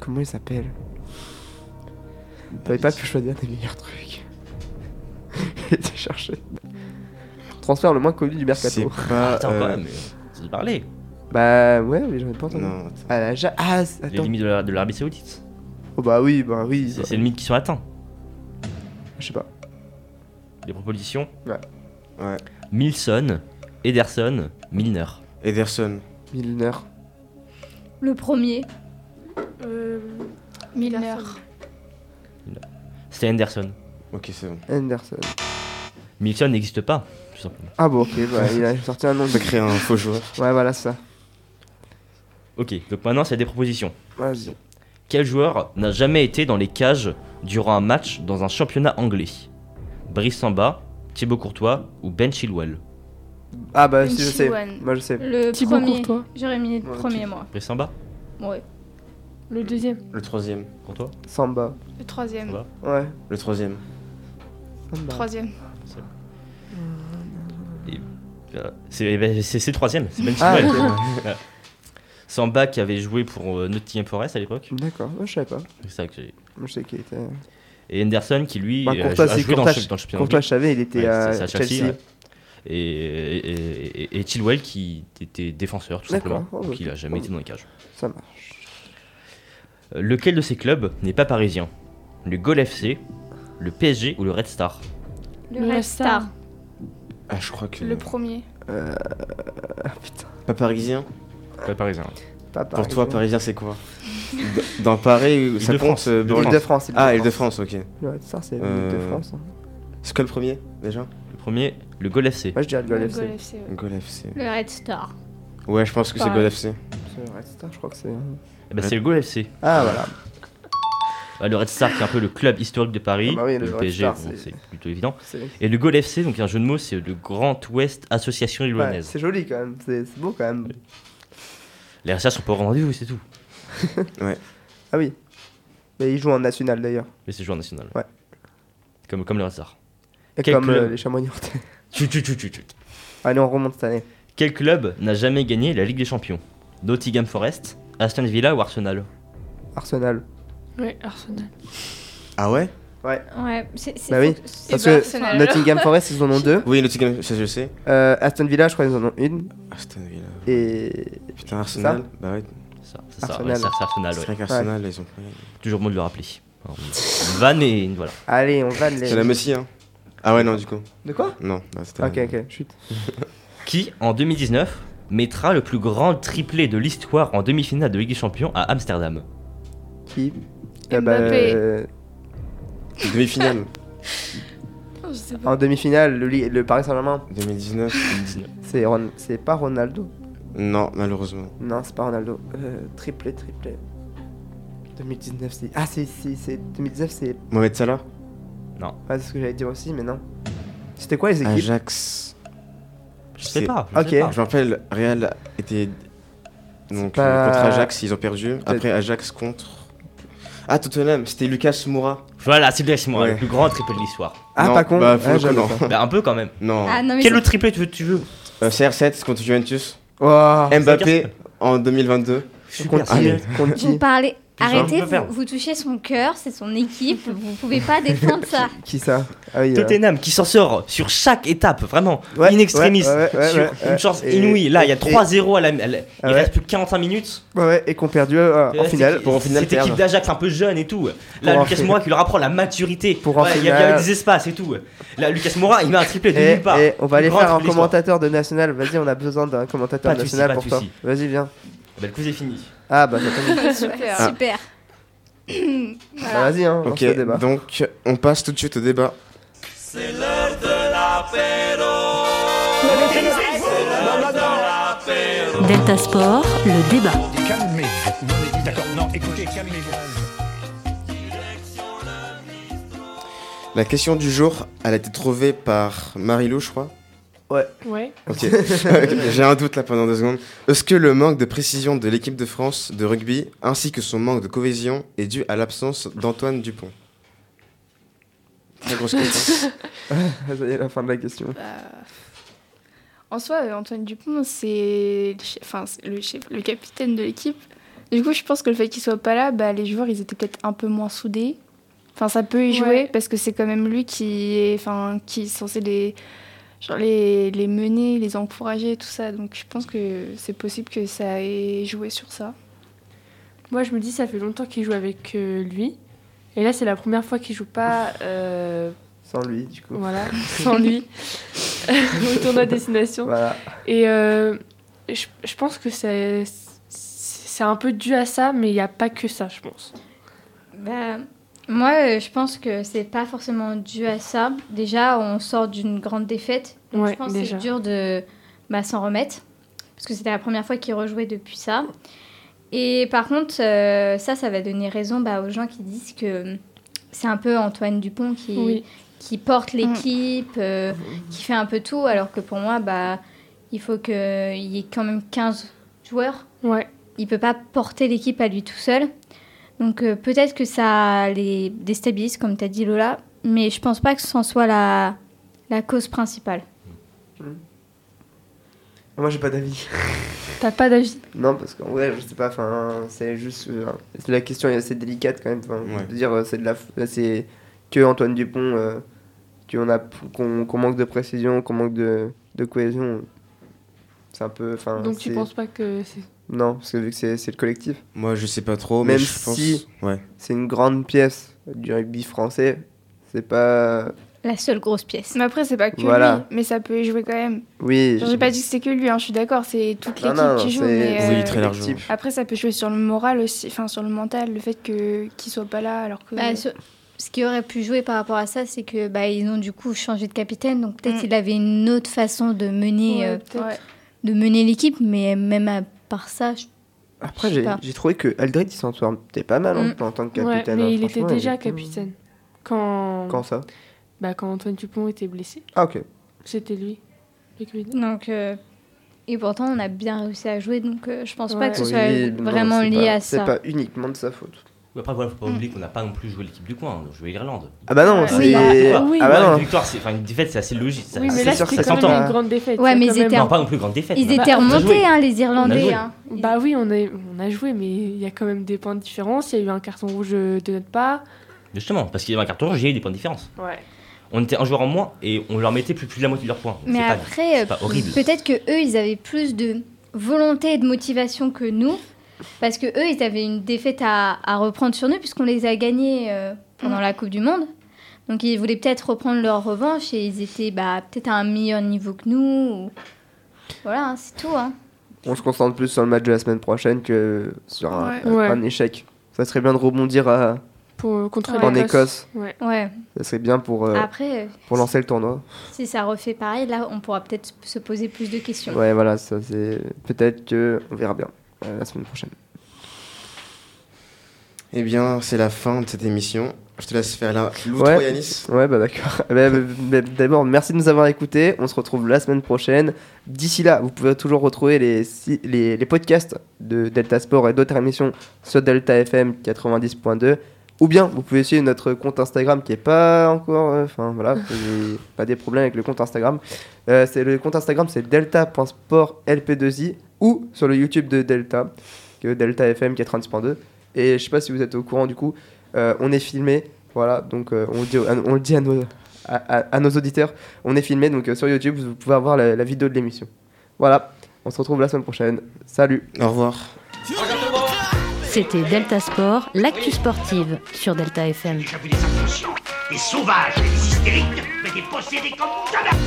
Speaker 5: Comment il s'appelle T'avais pas pu choisir des meilleurs trucs. T'es cherché. Transfert le moins connu du
Speaker 4: C'est
Speaker 5: mercato.
Speaker 4: pas.
Speaker 6: Ah, Attends,
Speaker 4: euh,
Speaker 6: quand même, euh, c'est de parler.
Speaker 5: Bah ouais, mais j'en ai pas entendu.
Speaker 4: Non, attends.
Speaker 5: Ah, la ja- ah c'est-
Speaker 6: Les
Speaker 5: attends.
Speaker 6: limites de la- de l'Arabie Saoudite.
Speaker 5: Oh bah oui, bah oui.
Speaker 6: C'est
Speaker 5: bah,
Speaker 6: c'est les limites qui sont atteintes.
Speaker 5: Je sais pas.
Speaker 6: Les propositions
Speaker 4: Ouais.
Speaker 6: Milson, Ederson, Milner.
Speaker 4: Ederson.
Speaker 5: Milner.
Speaker 8: Le premier.
Speaker 7: euh,
Speaker 9: Milner.
Speaker 6: C'était Henderson.
Speaker 4: Ok, c'est bon.
Speaker 5: Anderson.
Speaker 6: Milson n'existe pas, tout simplement.
Speaker 5: Ah bon, ok, bah, il a sorti un nom.
Speaker 4: On peut
Speaker 5: de-
Speaker 4: créer un faux joueur.
Speaker 5: Ouais, voilà ça.
Speaker 6: Ok, donc maintenant c'est des propositions.
Speaker 5: Vas-y.
Speaker 6: Quel joueur n'a jamais été dans les cages durant un match dans un championnat anglais Brice Samba, Thibaut Courtois ou Ben Chilwell
Speaker 5: Ah bah
Speaker 9: Une
Speaker 5: si je sais.
Speaker 9: Chouane.
Speaker 5: Moi je sais.
Speaker 8: Le
Speaker 7: Thibaut
Speaker 8: premier.
Speaker 7: Courtois.
Speaker 8: J'aurais mis le
Speaker 5: Ouais,
Speaker 8: premier, moi.
Speaker 6: Brice Samba
Speaker 8: Ouais.
Speaker 7: Le deuxième.
Speaker 4: Le troisième.
Speaker 6: Courtois
Speaker 5: Samba.
Speaker 9: Le troisième.
Speaker 6: Voilà.
Speaker 5: Ouais.
Speaker 4: Le troisième.
Speaker 5: Samba.
Speaker 9: Troisième.
Speaker 6: Euh, C'est eh ben, c'est- c'est le troisième, c'est Ben
Speaker 5: Ah,
Speaker 6: Chilwell. Samba qui avait joué pour euh, Nottingham Forest à l'époque.
Speaker 5: D'accord, ouais, je savais pas.
Speaker 6: C'est ça que j'ai-
Speaker 5: Moi je sais qu'il était.
Speaker 6: Et Henderson qui lui
Speaker 5: Bah,
Speaker 6: euh,
Speaker 5: Courtois,
Speaker 6: a
Speaker 5: c'est
Speaker 6: joué dans le
Speaker 5: Courtois-
Speaker 6: cha- dans le championnat
Speaker 5: Courtois,
Speaker 6: anglais.
Speaker 5: je savais, il était
Speaker 6: Ouais,
Speaker 5: à
Speaker 6: c'est- c'est à
Speaker 5: Chelsea.
Speaker 6: Chelsea, ouais. et, et, et- et Chilwell qui était défenseur tout
Speaker 5: D'accord.
Speaker 6: simplement,
Speaker 5: Oh,
Speaker 6: donc
Speaker 5: ok.
Speaker 6: il a jamais été dans les cages.
Speaker 5: Ça marche.
Speaker 6: Euh, Lequel de ces clubs n'est pas parisien Le Gol FC, le PSG ou le Red Star
Speaker 7: Le Red Star.
Speaker 4: Ah, je crois que.
Speaker 9: Le premier.
Speaker 4: Pas parisien
Speaker 6: Pas parisien.
Speaker 5: Pas
Speaker 4: Pour toi, parisien, c'est quoi D- Dans Paris, où ça
Speaker 6: Île-de-France.
Speaker 4: compte euh, Bureau-
Speaker 5: Île de France.
Speaker 4: Ah, Île-de-France, ok.
Speaker 5: Le Red Star, c'est
Speaker 4: Euh,
Speaker 5: l'Île de France. hein.
Speaker 4: C'est quoi le premier, déjà
Speaker 6: Le premier, le Gol FC.
Speaker 5: Moi, je dirais le Goal
Speaker 9: Le
Speaker 5: FC.
Speaker 9: Gol FC, ouais.
Speaker 4: Gol FC.
Speaker 8: Le Red Star.
Speaker 4: Ouais, je pense que c'est
Speaker 7: Pareil.
Speaker 4: Gol FC.
Speaker 5: Parce que Le Red Star, je crois que c'est.
Speaker 6: Eh ben, c'est le Gol FC.
Speaker 5: Ah, voilà.
Speaker 6: Bah, le Red Star qui est un peu le club historique de Paris.
Speaker 5: Ah bah oui, le
Speaker 6: le
Speaker 5: Red
Speaker 6: PSG,
Speaker 5: Star,
Speaker 6: bon,
Speaker 5: c'est-
Speaker 6: c'est plutôt évident.
Speaker 5: C'est
Speaker 6: Et le Gol FC, donc un jeu de mots, c'est le Grand Ouest Association
Speaker 5: ouais,
Speaker 6: Lyonnaise.
Speaker 5: c'est joli quand même. C'est c'est beau quand même.
Speaker 6: Les recherches sont pas au rendez-vous, c'est tout.
Speaker 5: Ah oui. Mais ils jouent en national d'ailleurs.
Speaker 6: Mais c'est joueur national.
Speaker 5: Ouais.
Speaker 6: Comme, comme le Red Star.
Speaker 5: Et
Speaker 6: Quel
Speaker 5: Comme euh,
Speaker 6: club
Speaker 5: les chamois niortais.
Speaker 6: Chut, chut, chut, chut, chut.
Speaker 5: Allez, on remonte cette année.
Speaker 6: Quel club n'a jamais gagné la Ligue des Champions Nottingham Forest, Aston Villa ou Arsenal
Speaker 5: Arsenal.
Speaker 7: Ouais, Arsenal.
Speaker 4: Ah ouais
Speaker 8: Ouais, c'est. c'est-
Speaker 5: Bah oui.
Speaker 8: faut- c'est-
Speaker 5: Parce
Speaker 9: pas
Speaker 5: que
Speaker 9: Arsenal,
Speaker 5: Nottingham Forest, ils en ont deux.
Speaker 4: Oui, Nottingham, ça je sais.
Speaker 5: Euh, Aston Villa, je crois qu'ils en ont une.
Speaker 4: Aston Villa.
Speaker 5: Et.
Speaker 4: Putain, Arsenal Bah ouais,
Speaker 6: Ça, c'est ça,
Speaker 5: Arsenal.
Speaker 6: ouais, ça, c'est Arsenal,
Speaker 4: c'est
Speaker 6: Ah, ouais.
Speaker 4: vrai qu'Arsenal, ils ont pas.
Speaker 6: Toujours bon de le rappeler. Alors, Van et voilà.
Speaker 5: Allez, on va
Speaker 4: C'est la
Speaker 5: les.
Speaker 4: Messi, hein Ah ouais, non, du coup.
Speaker 5: De quoi
Speaker 4: Non, bah, c'était.
Speaker 5: Ok, ok, chut.
Speaker 6: Qui, en 2019, mettra le plus grand triplé de l'histoire en demi-finale de Ligue des Champions à Amsterdam
Speaker 5: Qui
Speaker 9: Mbappé.
Speaker 5: euh,
Speaker 4: Demi-finale,
Speaker 9: Je sais pas.
Speaker 5: En demi-finale, le, Li- le Paris Saint-Germain,
Speaker 4: 2019.
Speaker 5: c'est Ron- c'est pas Ronaldo.
Speaker 4: Non, malheureusement.
Speaker 5: Non, c'est pas Ronaldo. Euh, triplé, triplé. 2019, c'est. Ah, c'est. c'est- c'est- 2019, c'est.
Speaker 4: Mohamed Salah
Speaker 5: Ah, c'est ce que j'allais dire aussi, mais non. C'était quoi les équipes
Speaker 4: Ajax.
Speaker 6: Je sais
Speaker 4: C'est-
Speaker 6: pas. je sais
Speaker 5: Ok.
Speaker 6: pas.
Speaker 4: Je me rappelle, Real était. Donc,
Speaker 5: C'est pas-
Speaker 4: euh, contre Ajax, ils ont perdu. Après, Ajax contre. Ah, Tottenham, c'était Lucas Moura.
Speaker 6: Voilà, c'est bien Simon,
Speaker 4: Ouais.
Speaker 6: le plus grand triplé de l'histoire.
Speaker 5: Ah,
Speaker 4: Non,
Speaker 5: pas con.
Speaker 4: bah, pour
Speaker 5: Ah,
Speaker 4: le coup,
Speaker 5: j'aime
Speaker 4: non.
Speaker 5: ça.
Speaker 6: Bah, un peu quand même.
Speaker 4: Non.
Speaker 8: Ah non, mais.
Speaker 6: Quel
Speaker 8: c'est-
Speaker 6: autre triplé tu veux, tu veux
Speaker 4: Euh, CR7 contre Juventus.
Speaker 5: Oh,
Speaker 4: Mbappé en 2022.
Speaker 5: contre qui
Speaker 4: allez.
Speaker 5: Contre
Speaker 8: Vous
Speaker 5: qui
Speaker 8: parlez.
Speaker 6: Putain, on
Speaker 8: Arrêtez,
Speaker 6: peut faire.
Speaker 8: vous, vous touchez son cœur, c'est son équipe, vous pouvez pas défendre ça.
Speaker 5: Qui ça Ah oui. euh,
Speaker 6: Tottenham qui s'en sort sur chaque étape, vraiment,
Speaker 5: Ouais,
Speaker 6: in extremis,
Speaker 5: ouais, ouais, ouais,
Speaker 6: sur
Speaker 5: ouais,
Speaker 6: une
Speaker 5: ouais.
Speaker 6: chance
Speaker 5: Et-
Speaker 6: inouïe. Là, il y a
Speaker 5: et-
Speaker 6: 3-0 à la. à la- il
Speaker 5: ouais.
Speaker 6: reste plus que 45 minutes.
Speaker 5: Ouais, ouais, et qu'on perdu euh, en
Speaker 6: Ouais,
Speaker 5: finale.
Speaker 6: c'est-
Speaker 4: pour en finale
Speaker 6: Cette équipe
Speaker 4: perdre.
Speaker 6: d'Ajax un peu jeune et tout. Là,
Speaker 5: Pour en
Speaker 6: Lucas
Speaker 5: finale.
Speaker 6: Moura qui leur apprend la maturité.
Speaker 5: Pour en
Speaker 6: ouais, il y a- il y
Speaker 5: finale.
Speaker 6: avait des espaces et tout. Là, Lucas Moura, il met un triplé de
Speaker 5: Et,
Speaker 6: nulle part.
Speaker 5: et Eh, on va aller
Speaker 6: Grand
Speaker 5: faire un
Speaker 6: triplé de l'histoire.
Speaker 5: commentateur de national. Vas-y, on a besoin d'un commentateur
Speaker 6: Pas de soucis,
Speaker 5: national
Speaker 6: pas de
Speaker 5: pour toi.
Speaker 6: soucis.
Speaker 5: Vas-y, viens.
Speaker 6: Bah, le coup, c'est fini.
Speaker 5: Ah bah, ça tombe.
Speaker 9: Super.
Speaker 4: Ah.
Speaker 8: Super.
Speaker 5: Bah, vas-y, hein, lance
Speaker 4: Ok,
Speaker 5: le débat.
Speaker 4: donc on passe tout de suite au débat.
Speaker 1: Delta Sport, le débat.
Speaker 2: Calmez-vous. Non, mais D'accord, non, écoutez, calmez-vous.
Speaker 4: La question du jour, elle a été trouvée par Marilou, je crois.
Speaker 7: Ouais.
Speaker 4: Ok, j'ai un doute là pendant deux secondes. Est-ce que le manque de précision de l'équipe de France de rugby, ainsi que son manque de cohésion, est dû à l'absence d'Antoine Dupont Très grosse question.
Speaker 5: Ça y est, la fin de la question.
Speaker 9: Bah, En soi, euh, Antoine Dupont, c'est le, chef- enfin, c'est le, chef- le capitaine de l'équipe. Du coup, je pense que le fait qu'il soit pas là, bah, les joueurs, ils étaient peut-être un peu moins soudés. Enfin, ça peut y jouer
Speaker 7: Ouais.
Speaker 9: parce que c'est quand même lui qui est, enfin, qui est censé les, genre les, les mener, les encourager, tout ça. Donc, je pense que c'est possible que ça ait joué sur ça.
Speaker 7: Moi, je me dis, ça fait longtemps qu'il joue avec euh, lui. Et là, c'est la première fois qu'il joue pas, euh,
Speaker 5: Sans lui, du coup.
Speaker 7: voilà, sans lui, au tournoi destination.
Speaker 5: Voilà.
Speaker 7: Et euh, je, je pense que c'est c'est un peu dû à ça, mais il n'y a pas que ça, je pense.
Speaker 8: Bah, moi, euh, je pense que c'est pas forcément dû à ça. Déjà, on sort d'une grande défaite. Donc,
Speaker 7: Ouais,
Speaker 8: je pense
Speaker 7: déjà.
Speaker 8: que c'est dur de bah, s'en remettre. Parce que c'était la première fois qu'ils rejouaient depuis ça. Et par contre, euh, ça, ça va donner raison bah, aux gens qui disent que c'est un peu Antoine Dupont qui, qui porte
Speaker 7: Mm.
Speaker 8: l'équipe, euh, qui fait un peu tout. Alors que pour moi, bah, il faut qu'il y ait quand même 15 joueurs
Speaker 7: Ouais.
Speaker 8: il peut pas porter l'équipe à lui tout seul. Donc euh, peut-être que ça les déstabilise, comme tu as dit Lola, mais je pense pas que ce en soit la, la cause principale.
Speaker 5: Moi, j'ai pas d'avis.
Speaker 7: T'as pas d'avis
Speaker 5: Non, parce qu'en vrai, je sais pas. Enfin, c'est juste. euh, c'est la question est assez délicate quand même. Enfin,
Speaker 4: Ouais.
Speaker 5: de dire, euh, c'est de la. f- C'est que Antoine Dupont, euh, qu'on a, qu'on, qu'on manque de précision, qu'on manque de, de cohésion. C'est un peu. Enfin.
Speaker 7: Donc tu
Speaker 5: c'est-
Speaker 7: penses pas que c'est.
Speaker 5: Non, parce que vu que c'est c'est le collectif,
Speaker 4: Moi, je sais pas trop, mais
Speaker 5: Même
Speaker 4: je pense.
Speaker 5: si-
Speaker 4: Ouais.
Speaker 5: c'est une grande pièce du rugby français. C'est pas.
Speaker 8: La seule grosse pièce.
Speaker 9: Mais après, c'est pas que
Speaker 5: Voilà.
Speaker 9: lui, mais ça peut y jouer quand même.
Speaker 5: Oui.
Speaker 9: Genre, j'ai pas dit que c'est que lui, hein, je suis d'accord, c'est toute
Speaker 5: Non,
Speaker 9: l'équipe
Speaker 5: non,
Speaker 9: qui joue.
Speaker 5: c'est-
Speaker 9: Mais,
Speaker 4: Oui,
Speaker 9: euh,
Speaker 4: très largement.
Speaker 5: collectif.
Speaker 9: Après, ça peut jouer sur le moral aussi, enfin sur le mental, le fait que qu'il soit pas là alors que.
Speaker 8: Bah, ce, ce qui aurait pu jouer par rapport à ça, c'est que bah, ils ont du coup changé de capitaine, donc peut-être
Speaker 9: Mm.
Speaker 8: il avait une autre façon de mener, euh,
Speaker 9: Ouais, peut-être. Ouais.
Speaker 8: de mener l'équipe, mais même à part ça, je-
Speaker 5: Après,
Speaker 8: Je sais
Speaker 5: j'ai
Speaker 8: pas.
Speaker 5: j'ai trouvé que Aldred, il s'en sortait pas mal en-
Speaker 8: Mm.
Speaker 5: en tant que
Speaker 7: Ouais,
Speaker 5: capitaine. hein,
Speaker 7: mais il était
Speaker 5: franchement,
Speaker 7: déjà capitaine. Quand...
Speaker 5: Quand ça
Speaker 7: Bah, quand Antoine Dupont était blessé,
Speaker 5: Ah, ok.
Speaker 7: c'était lui. le capitaine.
Speaker 8: donc euh, et pourtant on a bien réussi à jouer, donc euh, je pense pas
Speaker 7: Ouais.
Speaker 8: que ce
Speaker 5: Oui,
Speaker 8: soit
Speaker 5: mais non,
Speaker 8: vraiment
Speaker 5: c'est
Speaker 8: lié
Speaker 5: pas-
Speaker 8: à
Speaker 5: C'est
Speaker 8: ça.
Speaker 5: pas uniquement de sa faute.
Speaker 6: Après, voilà, faut pas oublier qu'on n'a pas non plus joué l'équipe du coin, on a joué l'Irlande.
Speaker 5: Ah bah non,
Speaker 9: Oui,
Speaker 5: c'est.
Speaker 7: bah, oui.
Speaker 5: ah
Speaker 6: Ouais,
Speaker 5: bah
Speaker 6: Une
Speaker 5: non.
Speaker 6: victoire, c'est- enfin une défaite, c'est assez logique. ça-
Speaker 7: Oui, mais
Speaker 6: c'est
Speaker 7: là,
Speaker 6: sûr que
Speaker 7: c'était
Speaker 6: ça
Speaker 7: quand
Speaker 6: s'entend. hein.
Speaker 7: même une grande défaite.
Speaker 8: Ouais,
Speaker 7: c'est
Speaker 8: mais
Speaker 7: quand
Speaker 8: ils
Speaker 7: même-
Speaker 8: étaient
Speaker 6: Non, pas non plus une grande défaite.
Speaker 8: Ils
Speaker 6: mais-
Speaker 8: étaient
Speaker 7: on a
Speaker 8: remontés,
Speaker 6: joué.
Speaker 8: hein, les
Speaker 6: On a
Speaker 8: Irlandais.
Speaker 6: joué.
Speaker 8: hein. Ils-
Speaker 7: Bah oui, on a, on a joué, mais il y a quand même des points de différence. Il y a eu un carton rouge euh, de notre part.
Speaker 6: Justement, parce qu'il y avait un carton rouge, il y a eu des points de différence.
Speaker 7: Ouais.
Speaker 6: On était un joueur en moins et on leur mettait plus, plus de la moitié de leurs points. Donc
Speaker 8: Mais
Speaker 6: c'est pas-
Speaker 8: après,
Speaker 6: c'est pas
Speaker 8: euh,
Speaker 6: horrible.
Speaker 8: peut-être que eux, ils avaient plus de volonté et de motivation que nous, parce que eux, ils avaient une défaite à, à reprendre sur nous, puisqu'on les a gagnés euh, pendant la Coupe du Monde. Donc ils voulaient peut-être reprendre leur revanche et ils étaient bah, peut-être à un meilleur niveau que nous. ou- Voilà, hein, c'est tout. hein.
Speaker 5: On se concentre plus sur le match de la semaine prochaine que sur un,
Speaker 9: Ouais.
Speaker 5: un-
Speaker 7: Ouais.
Speaker 5: un échec. Ça serait bien de rebondir à-
Speaker 7: Pour, contre
Speaker 5: en
Speaker 7: l'Écosse.
Speaker 5: Écosse.
Speaker 7: Ouais.
Speaker 8: Ouais.
Speaker 5: Ça serait bien pour, euh,
Speaker 8: Après, euh,
Speaker 5: pour lancer le tournoi.
Speaker 8: si ça refait pareil, là, on pourra peut-être se poser plus de questions.
Speaker 5: Ouais, voilà, ça c'est. Peut-être que. On verra bien euh, la semaine prochaine.
Speaker 4: Eh bien, c'est la fin de cette émission. Je te laisse faire la l'outro,
Speaker 5: Ouais.
Speaker 4: Yanis.
Speaker 5: Ouais, bah d'accord. Eh ben, ben, ben, D'abord, merci de nous avoir écoutés. On se retrouve la semaine prochaine. D'ici là, vous pouvez toujours retrouver les, si- les, les podcasts de Delta Sport et d'autres émissions sur Delta FM 90.2. Ou bien, vous pouvez suivre notre compte Instagram qui est pas encore. euh, Enfin, voilà, j'ai pas des problèmes avec le compte Instagram. Euh, c'est le compte Instagram, c'est delta.sportlp2i ou sur le YouTube de Delta, que Delta FM 90.2. Et je sais pas si vous êtes au courant du coup, euh, on est filmé. Voilà, donc euh, on, le dit, à- on le dit à nos, à, à- à nos auditeurs. On est filmé, donc euh, sur YouTube, vous pouvez avoir la, la vidéo de l'émission. Voilà, on se retrouve la semaine prochaine. Salut
Speaker 4: Au revoir.
Speaker 1: C'était Delta Sport, l'actu sportive sur Delta FM.
Speaker 2: J'ai vu des inconscients, des sauvages, des hystériques, mais des possédés comme jamais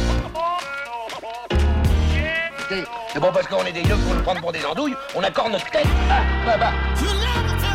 Speaker 3: C'est bon, parce qu'on est des yeux pour nous prendre pour des andouilles, on accorde notre tête. Ah, bah, bah.
Speaker 10: You never tell